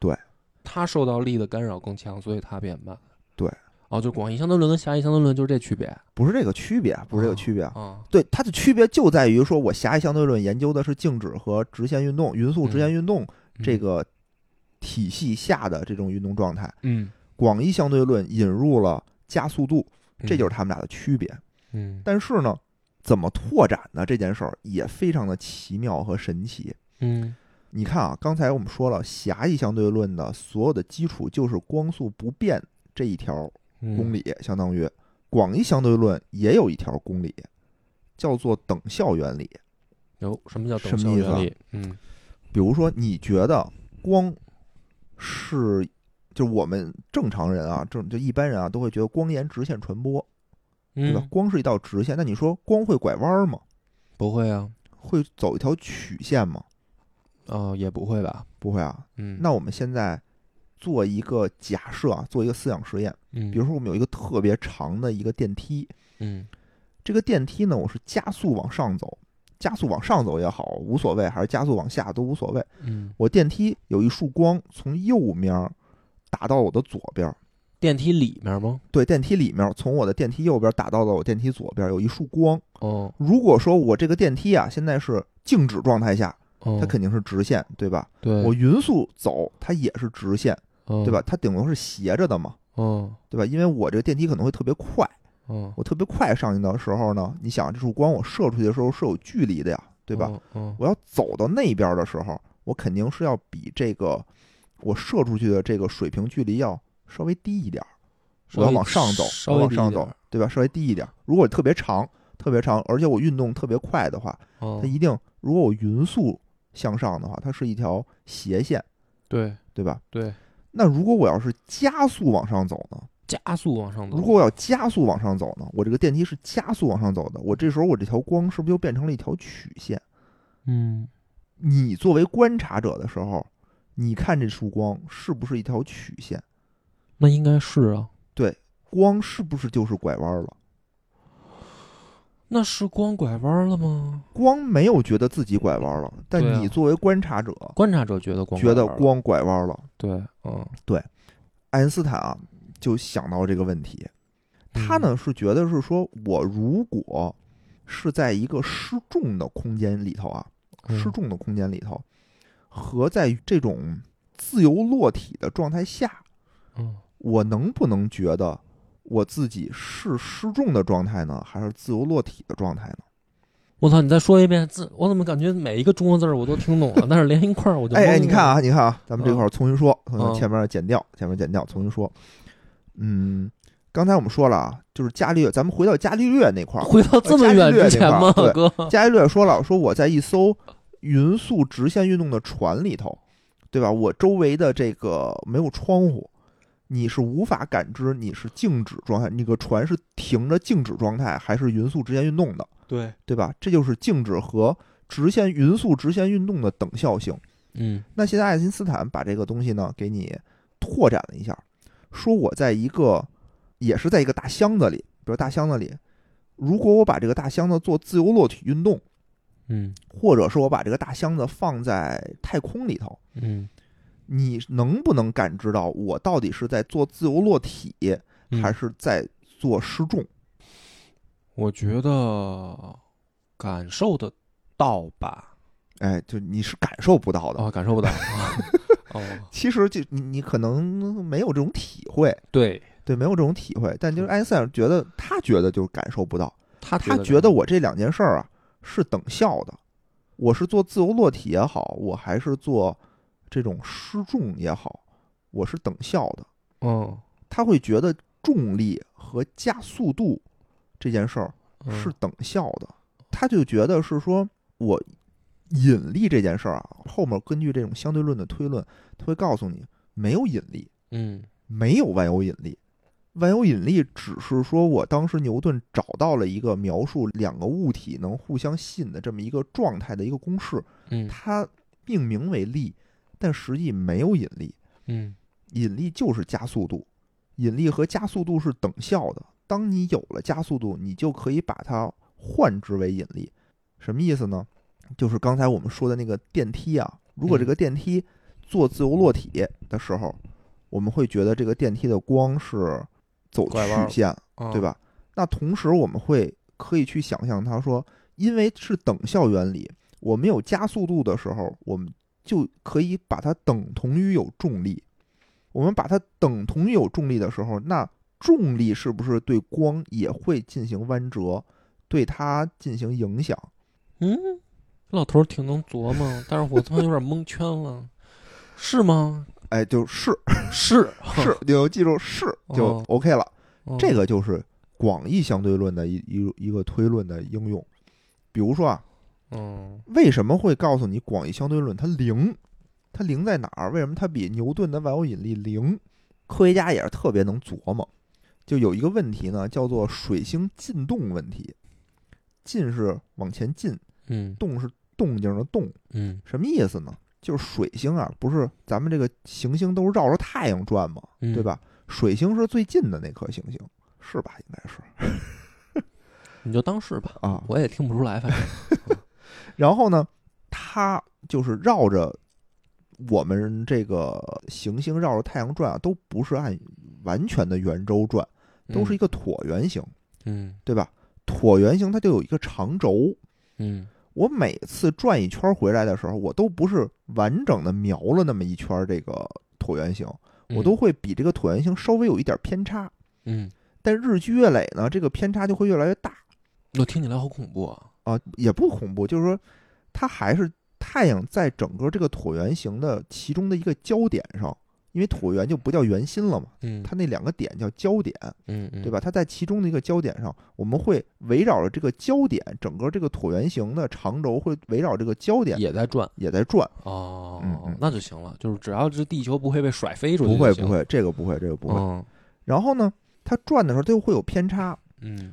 Speaker 3: 对，
Speaker 2: 它受到力的干扰更强，所以它变慢。
Speaker 3: 对，
Speaker 2: 哦，就广义相对论跟狭义相对论就是这区别
Speaker 3: 不是这个区别，不是这个区别。
Speaker 2: 啊。
Speaker 3: 对它的区别就在于说，我狭义相对论研究的是静止和直线运动、匀速直线运动
Speaker 2: 嗯
Speaker 3: 这个体系下的这种运动状态。
Speaker 2: 嗯，
Speaker 3: 广义相对论引入了加速度，
Speaker 2: 嗯
Speaker 3: 这就是他们俩的区别。
Speaker 2: 嗯
Speaker 3: 但是呢，怎么拓展呢？这件事儿也非常的奇妙和神奇。
Speaker 2: 嗯
Speaker 3: 你看啊，刚才我们说了，狭义相对论的所有的基础就是光速不变这一条
Speaker 2: 嗯
Speaker 3: 公理，相当于广义相对论也有一条公理，叫做等效原理。
Speaker 2: 有什么叫等
Speaker 3: 什么
Speaker 2: 效
Speaker 3: 意思
Speaker 2: 原
Speaker 3: 啊
Speaker 2: 理？嗯
Speaker 3: 比如说，你觉得光是，就是我们正常人啊，正就一般人啊，都会觉得光沿直线传播，对吧？
Speaker 2: 嗯，
Speaker 3: 光是一道直线，那你说光会拐弯吗？
Speaker 2: 不会啊，
Speaker 3: 会走一条曲线吗？
Speaker 2: 哦，也不会吧？
Speaker 3: 不会啊。
Speaker 2: 嗯，
Speaker 3: 那我们现在做一个假设啊，做一个思想实验，
Speaker 2: 嗯，
Speaker 3: 比如说我们有一个特别长的一个电梯，
Speaker 2: 嗯
Speaker 3: 这个电梯呢，我是加速往上走，加速往上走也好，无所谓，还是加速往下都无所谓。
Speaker 2: 嗯，
Speaker 3: 我电梯有一束光从右面儿打到我的左边儿，
Speaker 2: 电梯里面吗？
Speaker 3: 对，电梯里面儿从我的电梯右边儿打到了我电梯左边儿有一束光。
Speaker 2: 哦
Speaker 3: 如果说我这个电梯啊现在是静止状态下，
Speaker 2: 哦，
Speaker 3: 它肯定是直线，对吧？
Speaker 2: 对哦
Speaker 3: 我匀速走，它也是直线，对
Speaker 2: 对
Speaker 3: 吧？？它顶多是斜着的嘛，
Speaker 2: 哦
Speaker 3: 对吧？因为我这个电梯可能会特别快，
Speaker 2: 哦，
Speaker 3: 我特别快上去的时候呢，你想这束光我射出去的时候是有距离的呀，对吧？
Speaker 2: 哦？哦，
Speaker 3: 我要走到那边的时候，我肯定是要比这个我射出去的这个水平距离要稍微低一点儿，
Speaker 2: 稍
Speaker 3: 我要
Speaker 2: 微
Speaker 3: 往上走，
Speaker 2: 稍
Speaker 3: 我要
Speaker 2: 微
Speaker 3: 往
Speaker 2: 低一
Speaker 3: 上
Speaker 2: 点
Speaker 3: 走，对吧？稍微低一点儿。如果特别长，特别长，而且我运动特别快的话，
Speaker 2: 哦
Speaker 3: 它，一定如果我匀速向上的话，它是一条斜线，
Speaker 2: 对
Speaker 3: 对吧？
Speaker 2: 对，
Speaker 3: 那如果我要是加速往上走呢？
Speaker 2: 加速往上走。
Speaker 3: 如果我要加速往上走呢？我这个电梯是加速往上走的，我这时候我这条光是不是就变成了一条曲线？
Speaker 2: 嗯
Speaker 3: 你作为观察者的时候，你看这束光是不是一条曲线？
Speaker 2: 那应该是啊，
Speaker 3: 光是不是就是拐弯了？
Speaker 2: 那是光拐弯了吗？
Speaker 3: 光没有觉得自己拐弯了，但
Speaker 2: 对啊
Speaker 3: 你作为观察者，
Speaker 2: 观察者觉得光拐
Speaker 3: 觉得
Speaker 2: 弯了
Speaker 3: 光拐弯了。
Speaker 2: 对，嗯，
Speaker 3: 爱因斯坦啊，就想到这个问题，
Speaker 2: 嗯
Speaker 3: 他呢是觉得是说，我如果是在一个失重的空间里头啊，
Speaker 2: 嗯
Speaker 3: 失重的空间里头，和在这种自由落体的状态下，
Speaker 2: 嗯
Speaker 3: 我能不能觉得我自己是失重的状态呢，还是自由落体的状态呢？
Speaker 2: 我操！你再说一遍，自我怎么感觉每一个中国字儿我都听懂了，但是连一块儿我就
Speaker 3: 哎哎，
Speaker 2: 懵
Speaker 3: 你看
Speaker 2: 了，
Speaker 3: 啊，你看啊，咱们这块儿重新说，重
Speaker 2: 嗯
Speaker 3: 新前面剪掉，前面剪掉，重新说。嗯，刚才我们说了啊，就是伽利略，咱们回到伽利略那
Speaker 2: (laughs)
Speaker 3: 块
Speaker 2: (laughs)
Speaker 3: 儿，
Speaker 2: 回到这么远之前吗，
Speaker 3: 呃
Speaker 2: 哥？
Speaker 3: 伽利略说了，说我在一艘匀速直线运动的船里头，对吧？我周围的这个没有窗户，你是无法感知你是静止状态，那个船是停着静止状态还是匀速直线运动的，
Speaker 2: (laughs) 对，
Speaker 3: 对吧？这就是静止和直线匀速直线运动的等效性。
Speaker 2: 嗯
Speaker 3: 那现在爱因斯坦把这个东西呢给你拓展了一下，说我在一个也是在一个大箱子里，比如大箱子里，如果我把这个大箱子做自由落体运动。
Speaker 2: 嗯
Speaker 3: 或者是我把这个大箱子放在太空里头，
Speaker 2: 嗯，
Speaker 3: 你能不能感知到我到底是在做自由落体，
Speaker 2: 嗯
Speaker 3: 还是在做失重？
Speaker 2: 我觉得感受得到吧？
Speaker 3: 哎，就你是感受不到的。 (laughs)
Speaker 2: 啊，感受不到。啊 (laughs) 哦，
Speaker 3: 其实就你你可能没有这种体会，
Speaker 2: 对
Speaker 3: 对，没有这种体会。但就是爱因斯坦觉得他觉得就是感受不到，
Speaker 2: 他
Speaker 3: 他
Speaker 2: 觉
Speaker 3: 觉得我这两件事儿啊是等效的，我是做自由落体也好，我还是做这种失重也好，我是等效的。
Speaker 2: 嗯
Speaker 3: 他会觉得重力和加速度这件事儿
Speaker 2: 嗯
Speaker 3: 是等效的，他就觉得是说我引力这件事儿啊，后面根据这种相对论的推论，他会告诉你没有引力，
Speaker 2: 嗯
Speaker 3: 没有万有引力。万有引力只是说我当时牛顿找到了一个描述两个物体能互相吸引的这么一个状态的一个公式，
Speaker 2: 嗯
Speaker 3: 它命名为力，但实际没有引力。
Speaker 2: 嗯
Speaker 3: 引力就是加速度，引力和加速度是等效的。当你有了加速度，你就可以把它换之为引力。什么意思呢？就是刚才我们说的那个电梯啊，如果这个电梯做自由落体的时候，我们会觉得这个电梯的光是走
Speaker 2: 拐弯
Speaker 3: 曲线，
Speaker 2: 啊
Speaker 3: 对？吧？那同时我们会可以去想象，他说，因为是等效原理，我们有加速度的时候，我们就可以把它等同于有重力。我们把它等同于有重力的时候，那重力是不是对光也会进行弯折，对它进行影响？
Speaker 2: 嗯，老头儿挺能琢磨，但是我他妈有点蒙圈了，是吗？(laughs)
Speaker 3: 哎，就是
Speaker 2: 是
Speaker 3: 是，你要记住是就
Speaker 2: 哦
Speaker 3: OK 了。
Speaker 2: 哦
Speaker 3: 这个就是广义相对论的一一一个推论的应用。比如说啊，
Speaker 2: 嗯
Speaker 3: 为什么会告诉你广义相对论它零？它零在哪儿？为什么它比牛顿的万有引力零？科学家也是特别能琢磨。就有一个问题呢，叫做水星进动问题。进是往前进，
Speaker 2: 嗯
Speaker 3: 动是动静的动，
Speaker 2: 嗯
Speaker 3: 什么意思呢？就是水星啊，不是咱们这个行星都是绕着太阳转嘛，
Speaker 2: 嗯，
Speaker 3: 对？吧？水星是最近的那颗行星，是吧？应该是
Speaker 2: 你就当是吧，
Speaker 3: 啊。
Speaker 2: 我也听不出来，反正
Speaker 3: 然后呢，它就是绕着我们这个行星绕着太阳转啊，都不是按完全的圆周转， (laughs) 都是一个椭圆形，
Speaker 2: 嗯
Speaker 3: 对吧？椭圆形它就有一个长轴。
Speaker 2: 嗯
Speaker 3: 我每次转一圈回来的时候，我都不是完整的描了那么一圈这个椭圆形，
Speaker 2: 嗯，
Speaker 3: 我都会比这个椭圆形稍微有一点偏差。
Speaker 2: 嗯，
Speaker 3: 但日积月累呢，这个偏差就会越来越大。
Speaker 2: 我听起来好恐怖啊！
Speaker 3: 啊，也不恐怖，就是说，它还是太阳在整个这个椭圆形的其中的一个焦点上，因为椭圆就不叫圆心了嘛，
Speaker 2: 嗯，
Speaker 3: 它那两个点叫焦点，
Speaker 2: 嗯嗯，
Speaker 3: 对？吧？它在其中的一个焦点上，我们会围绕着这个焦点，整个这个椭圆形的长轴会围绕这个焦点
Speaker 2: 也在转
Speaker 3: 也在转，
Speaker 2: 哦
Speaker 3: 嗯嗯，
Speaker 2: 那就行了，就是只要这地球不会被甩飞出去，
Speaker 3: 不会不，会，这个不会，这个不会。
Speaker 2: 嗯
Speaker 3: 然后呢，它转的时候它又会有偏差。
Speaker 2: 嗯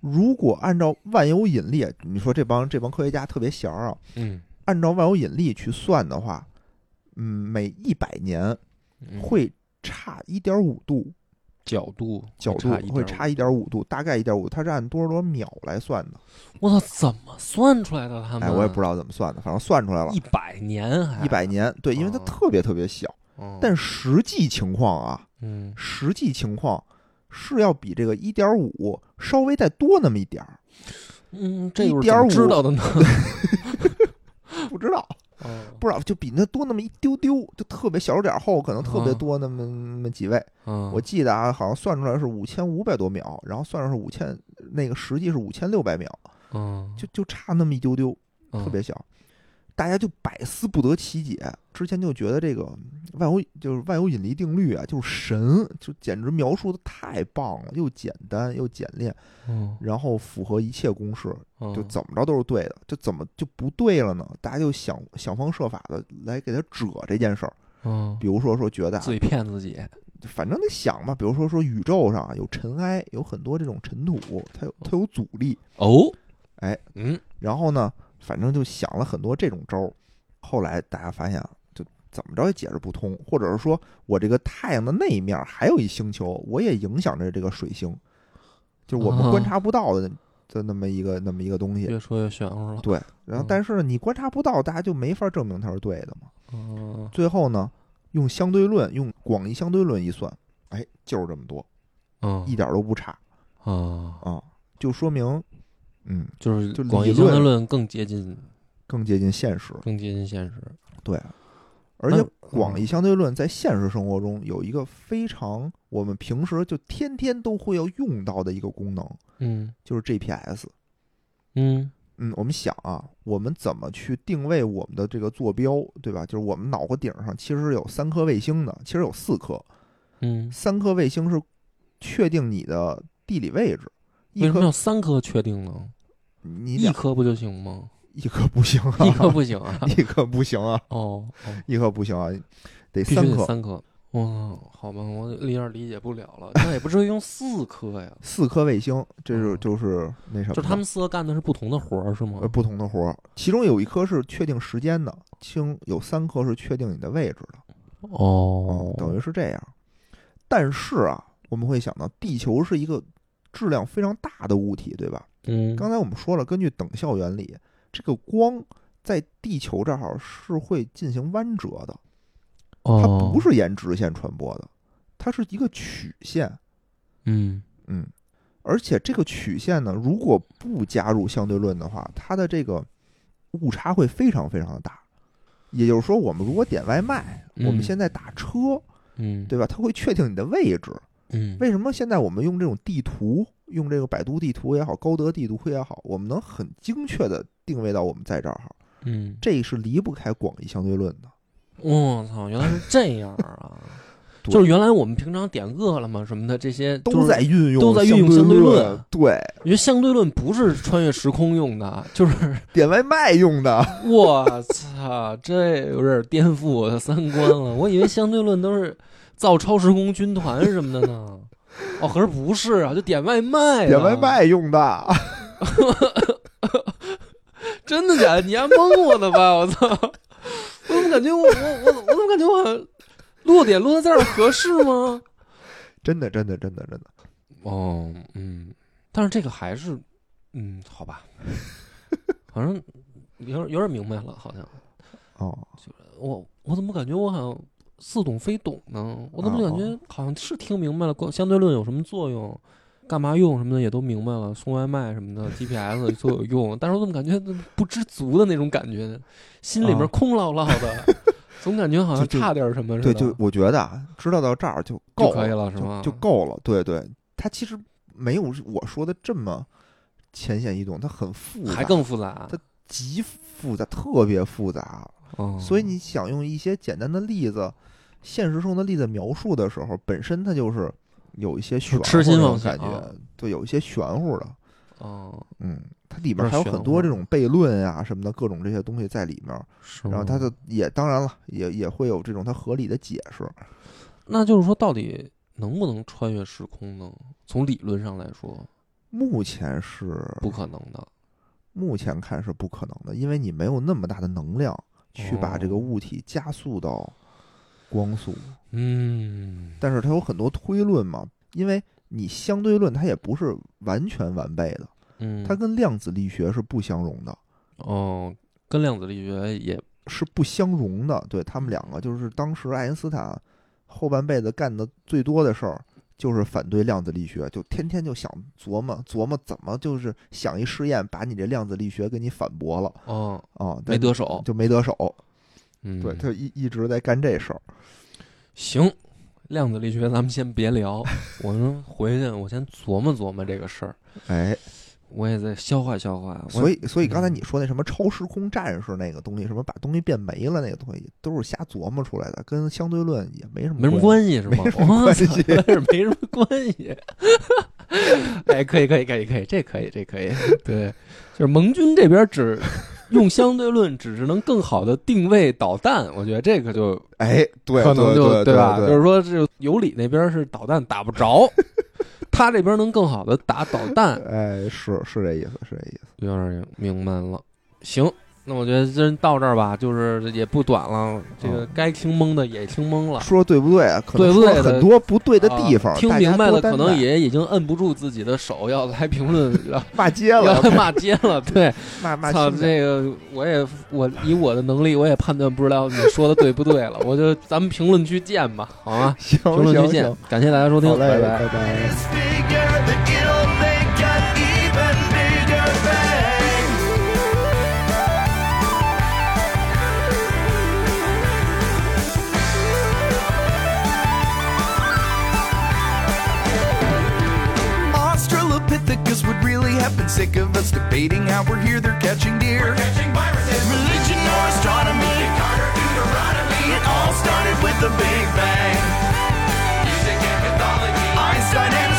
Speaker 3: 如果按照万有引力，你说这帮这帮科学家特别闲儿啊，
Speaker 2: 嗯，
Speaker 3: 按照万有引力去算的话，嗯，每一百年
Speaker 2: 嗯
Speaker 3: 会差一点五度，
Speaker 2: 角度
Speaker 3: 角度会
Speaker 2: 差
Speaker 3: 差
Speaker 2: 一点
Speaker 3: 一点五度，大概一点五，它是按多少多少秒来算的？
Speaker 2: 五，我操，怎么算出来的？他们
Speaker 3: 哎，我也不知道怎么算的，反正算出来了
Speaker 2: 嗯一，百年还
Speaker 3: 一百，年。对，因为它
Speaker 2: 哦
Speaker 3: 特别特别小，
Speaker 2: 嗯
Speaker 3: 但实际情况啊，
Speaker 2: 嗯，
Speaker 3: 实际情况是要比这个一点五稍微再多那么一点儿，
Speaker 2: 嗯，这又是怎
Speaker 3: 1.5
Speaker 2: 么知道的
Speaker 3: (laughs)
Speaker 2: 呢？
Speaker 3: 不知道。
Speaker 2: 哦
Speaker 3: 不知道，就比那多那么一丢丢，就特别小数点后可能特别多那么那么几位。
Speaker 2: 嗯，
Speaker 3: 我记得啊，好像算出来是五千五百多秒，然后算出来是五千，那个实际是五千六百秒，
Speaker 2: 嗯，
Speaker 3: 就就差那么一丢丢，
Speaker 2: 嗯
Speaker 3: 特别小。大家就百思不得其解，之前就觉得这个万有就是万有引力定律啊，就是神，就简直描述的太棒了，又简单又简练，
Speaker 2: 嗯
Speaker 3: 然后符合一切公式，
Speaker 2: 嗯
Speaker 3: 就怎么着都是对的，这怎么就不对了呢？大家就想想方设法的来给它遮这件事儿，
Speaker 2: 嗯
Speaker 3: (laughs) 比如说说觉得啊
Speaker 2: 自己骗自己，
Speaker 3: 反正得想嘛，比如说说宇宙上有尘埃，有很多这种尘土，它有它有阻力。
Speaker 2: 哦，
Speaker 3: 哎，
Speaker 2: 嗯，
Speaker 3: 然后呢，反正就想了很多这种招儿。后来大家发现啊，就怎么着也解释不通，或者是说我这个太阳的那一面儿还有一星球，我也影响着这个水星，就是我们
Speaker 2: 啊
Speaker 3: 观察不到的的那么一个那么一个东西。
Speaker 2: 越说越玄乎了，
Speaker 3: 对，然后
Speaker 2: 嗯
Speaker 3: 但是呢，你观察不到，大家就没法证明它是对的嘛。
Speaker 2: 嗯，
Speaker 3: 最后呢，用相对论，用广义相对论一算，哎，就是这么多，
Speaker 2: 嗯
Speaker 3: 一点儿都不差。
Speaker 2: 啊，
Speaker 3: 啊，就说明，嗯，
Speaker 2: 就是
Speaker 3: 就理
Speaker 2: 广义相对论更接近，
Speaker 3: 更接近现实。
Speaker 2: 更接近现实。
Speaker 3: 对，而且广
Speaker 2: 嗯
Speaker 3: 义相对论在现实生活中有一个非常我们平时就天天都会要用到的一个功能，
Speaker 2: 嗯
Speaker 3: 就是 GPS。
Speaker 2: 嗯
Speaker 3: 嗯，我们想啊，我们怎么去定位我们的这个坐标，对吧？就是我们脑瓜顶上其实是有三颗卫星的，其实有四颗，
Speaker 2: 嗯，
Speaker 3: 三颗卫星是确定你的地理位置，
Speaker 2: 为
Speaker 3: 一
Speaker 2: 什么
Speaker 3: 颗
Speaker 2: 要三颗确定呢？
Speaker 3: 你
Speaker 2: 一
Speaker 3: 两
Speaker 2: 颗不就行
Speaker 3: (laughs)
Speaker 2: 吗？
Speaker 3: 一颗不行啊，？
Speaker 2: 一颗不行啊
Speaker 3: 一颗不行啊，
Speaker 2: 哦，哦
Speaker 3: 一颗不行啊，得
Speaker 2: 必须
Speaker 3: 三
Speaker 2: 得
Speaker 3: 颗，
Speaker 2: 三颗。哇，好吧，我有点理解不了了。那也不至于用四颗
Speaker 3: (laughs)
Speaker 2: 呀，
Speaker 3: 四颗卫星，这是
Speaker 2: 嗯
Speaker 3: 就是那什么，
Speaker 2: 就是他们四个干的是不同的活儿，是吗
Speaker 3: 呃？不同的活儿，其中有一颗是确定时间的，轻有三颗是确定你的位置的，嗯
Speaker 2: 哦，
Speaker 3: 等于是这样。但是啊，我们会想到地球是一个质量非常大的物体，对吧？
Speaker 2: 嗯，
Speaker 3: 刚才我们说了，根据等效原理，这个光在地球这儿是会进行弯折的，它
Speaker 2: 它哦
Speaker 3: 不是沿直线传播的，它是一个曲线。
Speaker 2: 嗯
Speaker 3: 嗯，而且这个曲线呢，如果不加入相对论的话，它的这个误差会非常非常的大。也就是说，我们如果点外卖，
Speaker 2: 嗯
Speaker 3: 我们现在打车，
Speaker 2: 嗯，
Speaker 3: 对吧？它会确定你的位置。
Speaker 2: 嗯，
Speaker 3: 为什么现在我们用这种地图，用这个百度地图也好，高德地图也好，我们能很精确的定位到我们在这儿？
Speaker 2: 嗯，
Speaker 3: 这是离不开广义相对论的。
Speaker 2: 我操，原来是这样啊！
Speaker 3: (laughs) 对
Speaker 2: 就是原来我们平常点饿了么什么的这些
Speaker 3: 都在，运用
Speaker 2: 都在运用
Speaker 3: 相
Speaker 2: 相对
Speaker 3: 论
Speaker 2: 论，
Speaker 3: 对，
Speaker 2: 就是我觉得相对论不是穿越时空用的， (laughs) 就是
Speaker 3: 点外卖用的，
Speaker 2: 我操，这有点颠覆我的三观了。我以为相对论都是造超时空军团什么的呢， (laughs) 哦，合着不是啊，就点外卖，
Speaker 3: 点外，卖用的， (laughs)
Speaker 2: 真的假的？你还蒙我的吧？ (laughs) 我操！我怎么感觉我我我我怎么感觉我落点落在这儿合适吗？
Speaker 3: 真的，真的，真的，真的，
Speaker 2: 哦，嗯，但是这个还是，嗯，好吧， (laughs) 反正有点有点明白了，好像
Speaker 3: 哦，
Speaker 2: 我我怎么感觉我好像似懂非懂呢？我怎
Speaker 3: 啊
Speaker 2: 么感
Speaker 3: 哦
Speaker 2: 觉好像是听明白了，光相对论有什么作用，干嘛用什么的也都明白了，送外卖什么的 GPS 都有用，但是我怎么感觉不知足的那种感觉呢？心里
Speaker 3: 啊
Speaker 2: 面空落落的，
Speaker 3: (laughs)
Speaker 2: 总感觉好像
Speaker 3: 就就
Speaker 2: 差点什么似
Speaker 3: 对，
Speaker 2: 的。
Speaker 3: 就我觉得啊，知道到这儿就够
Speaker 2: 就可以了是吗
Speaker 3: 就就够了，对对，它其实没有我说的这么浅显易懂，它很复杂，
Speaker 2: 还更复杂，
Speaker 3: 它极复杂，特别复杂，
Speaker 2: 哦
Speaker 3: 所以你想用一些简单的例子、现实中的例子描述的时候，本身它就是有一些玄乎
Speaker 2: 痴心
Speaker 3: 的
Speaker 2: 妄
Speaker 3: 感
Speaker 2: 想啊
Speaker 3: 觉，对，有一些玄乎的，
Speaker 2: 哦
Speaker 3: 嗯，它里面
Speaker 2: 有点
Speaker 3: 还有
Speaker 2: 玄
Speaker 3: 很
Speaker 2: 乎哦
Speaker 3: 多这种悖论啊什么的各种这些东西在里面，
Speaker 2: 是
Speaker 3: 然
Speaker 2: 吗
Speaker 3: 后它的也当然了，也也会有这种它合理的解释，
Speaker 2: 那就是说，到底能不能穿越时空呢？从理论上来说，
Speaker 3: 目前是
Speaker 2: 不可能的。
Speaker 3: 目前看是不可能的，因为你没有那么大的能量去把这个
Speaker 2: 哦
Speaker 3: 物体加速到光速。
Speaker 2: 嗯，
Speaker 3: 但是它有很多推论嘛，因为你相对论它也不是完全完备的，
Speaker 2: 嗯，
Speaker 3: 它跟量子力学是不相容的，
Speaker 2: 哦，跟量子力学也
Speaker 3: 是不相容的。对他们两个，就是当时爱因斯坦后半辈子干的最多的事儿。就是反对量子力学，就天天就想琢磨琢磨怎么就是想一试验把你这量子力学给你反驳了
Speaker 2: 哦
Speaker 3: 啊，但
Speaker 2: 没得手。
Speaker 3: 就没得手，
Speaker 2: 嗯，
Speaker 3: 对，他一一直在干这事儿。
Speaker 2: 行，量子力学咱们先别聊，我们回去我先琢磨琢磨这个事儿，
Speaker 3: 哎，
Speaker 2: 我也再消化消化。我嗯
Speaker 3: 所以所以刚才你说那什么超时空战士那个东西，什么把东西变没了那个东西，都是瞎琢磨出来的，跟相对论也没什么
Speaker 2: 没什么
Speaker 3: 关系。
Speaker 2: 关系是吗？
Speaker 3: 没什么关系
Speaker 2: 我操 (laughs) 原来是没什么关系。 (laughs) 哎，可以，可以，可以，可以，这可以，这可以。 (laughs) 对，就是盟军这边只用相对论，只是能更好的定位导弹，我觉得这个就
Speaker 3: 哎，对，
Speaker 2: 可能
Speaker 3: 对
Speaker 2: 就
Speaker 3: 对
Speaker 2: 吧？
Speaker 3: 对
Speaker 2: 就是说，这有理那边是导弹打不着，
Speaker 3: (laughs)
Speaker 2: 他这边能更好的打导弹，
Speaker 3: 哎，是是这意思，是这意思。
Speaker 2: 有点明白了。行，那我觉得真到这儿吧，就是也不短了，这个
Speaker 3: 嗯
Speaker 2: 该听蒙的也听蒙了。
Speaker 3: 说对不对啊？可能
Speaker 2: 对不
Speaker 3: 说
Speaker 2: 对
Speaker 3: 了
Speaker 2: 的
Speaker 3: 很多不对的地方，
Speaker 2: 啊听
Speaker 3: 大家
Speaker 2: 明白
Speaker 3: 多
Speaker 2: 了，
Speaker 3: 担
Speaker 2: 可能
Speaker 3: 待
Speaker 2: 也已经摁不住自己的手，要来评
Speaker 3: (laughs)
Speaker 2: 论，要
Speaker 3: 骂街了，
Speaker 2: 要来骂街了。
Speaker 3: (laughs)
Speaker 2: 对，
Speaker 3: 骂骂
Speaker 2: 操，
Speaker 3: 亲
Speaker 2: 这个我也我以我的能力，我也判断不知道你说的对不对了。我就咱们评论区见吧，好吗？
Speaker 3: (laughs) 行
Speaker 2: 评论
Speaker 3: 行
Speaker 2: 区见
Speaker 3: 行，，
Speaker 2: 感谢大家收听
Speaker 3: 好，
Speaker 2: 拜
Speaker 3: 嘞，
Speaker 2: 拜。
Speaker 3: 拜拜。
Speaker 1: Bigger, the ill they got even bigger bang. Australopithecus would really have been sick of us debating how we're here, they're catching deer. Religion or astronomy, it all started with the Big Bang. Music and mythology, Einstein and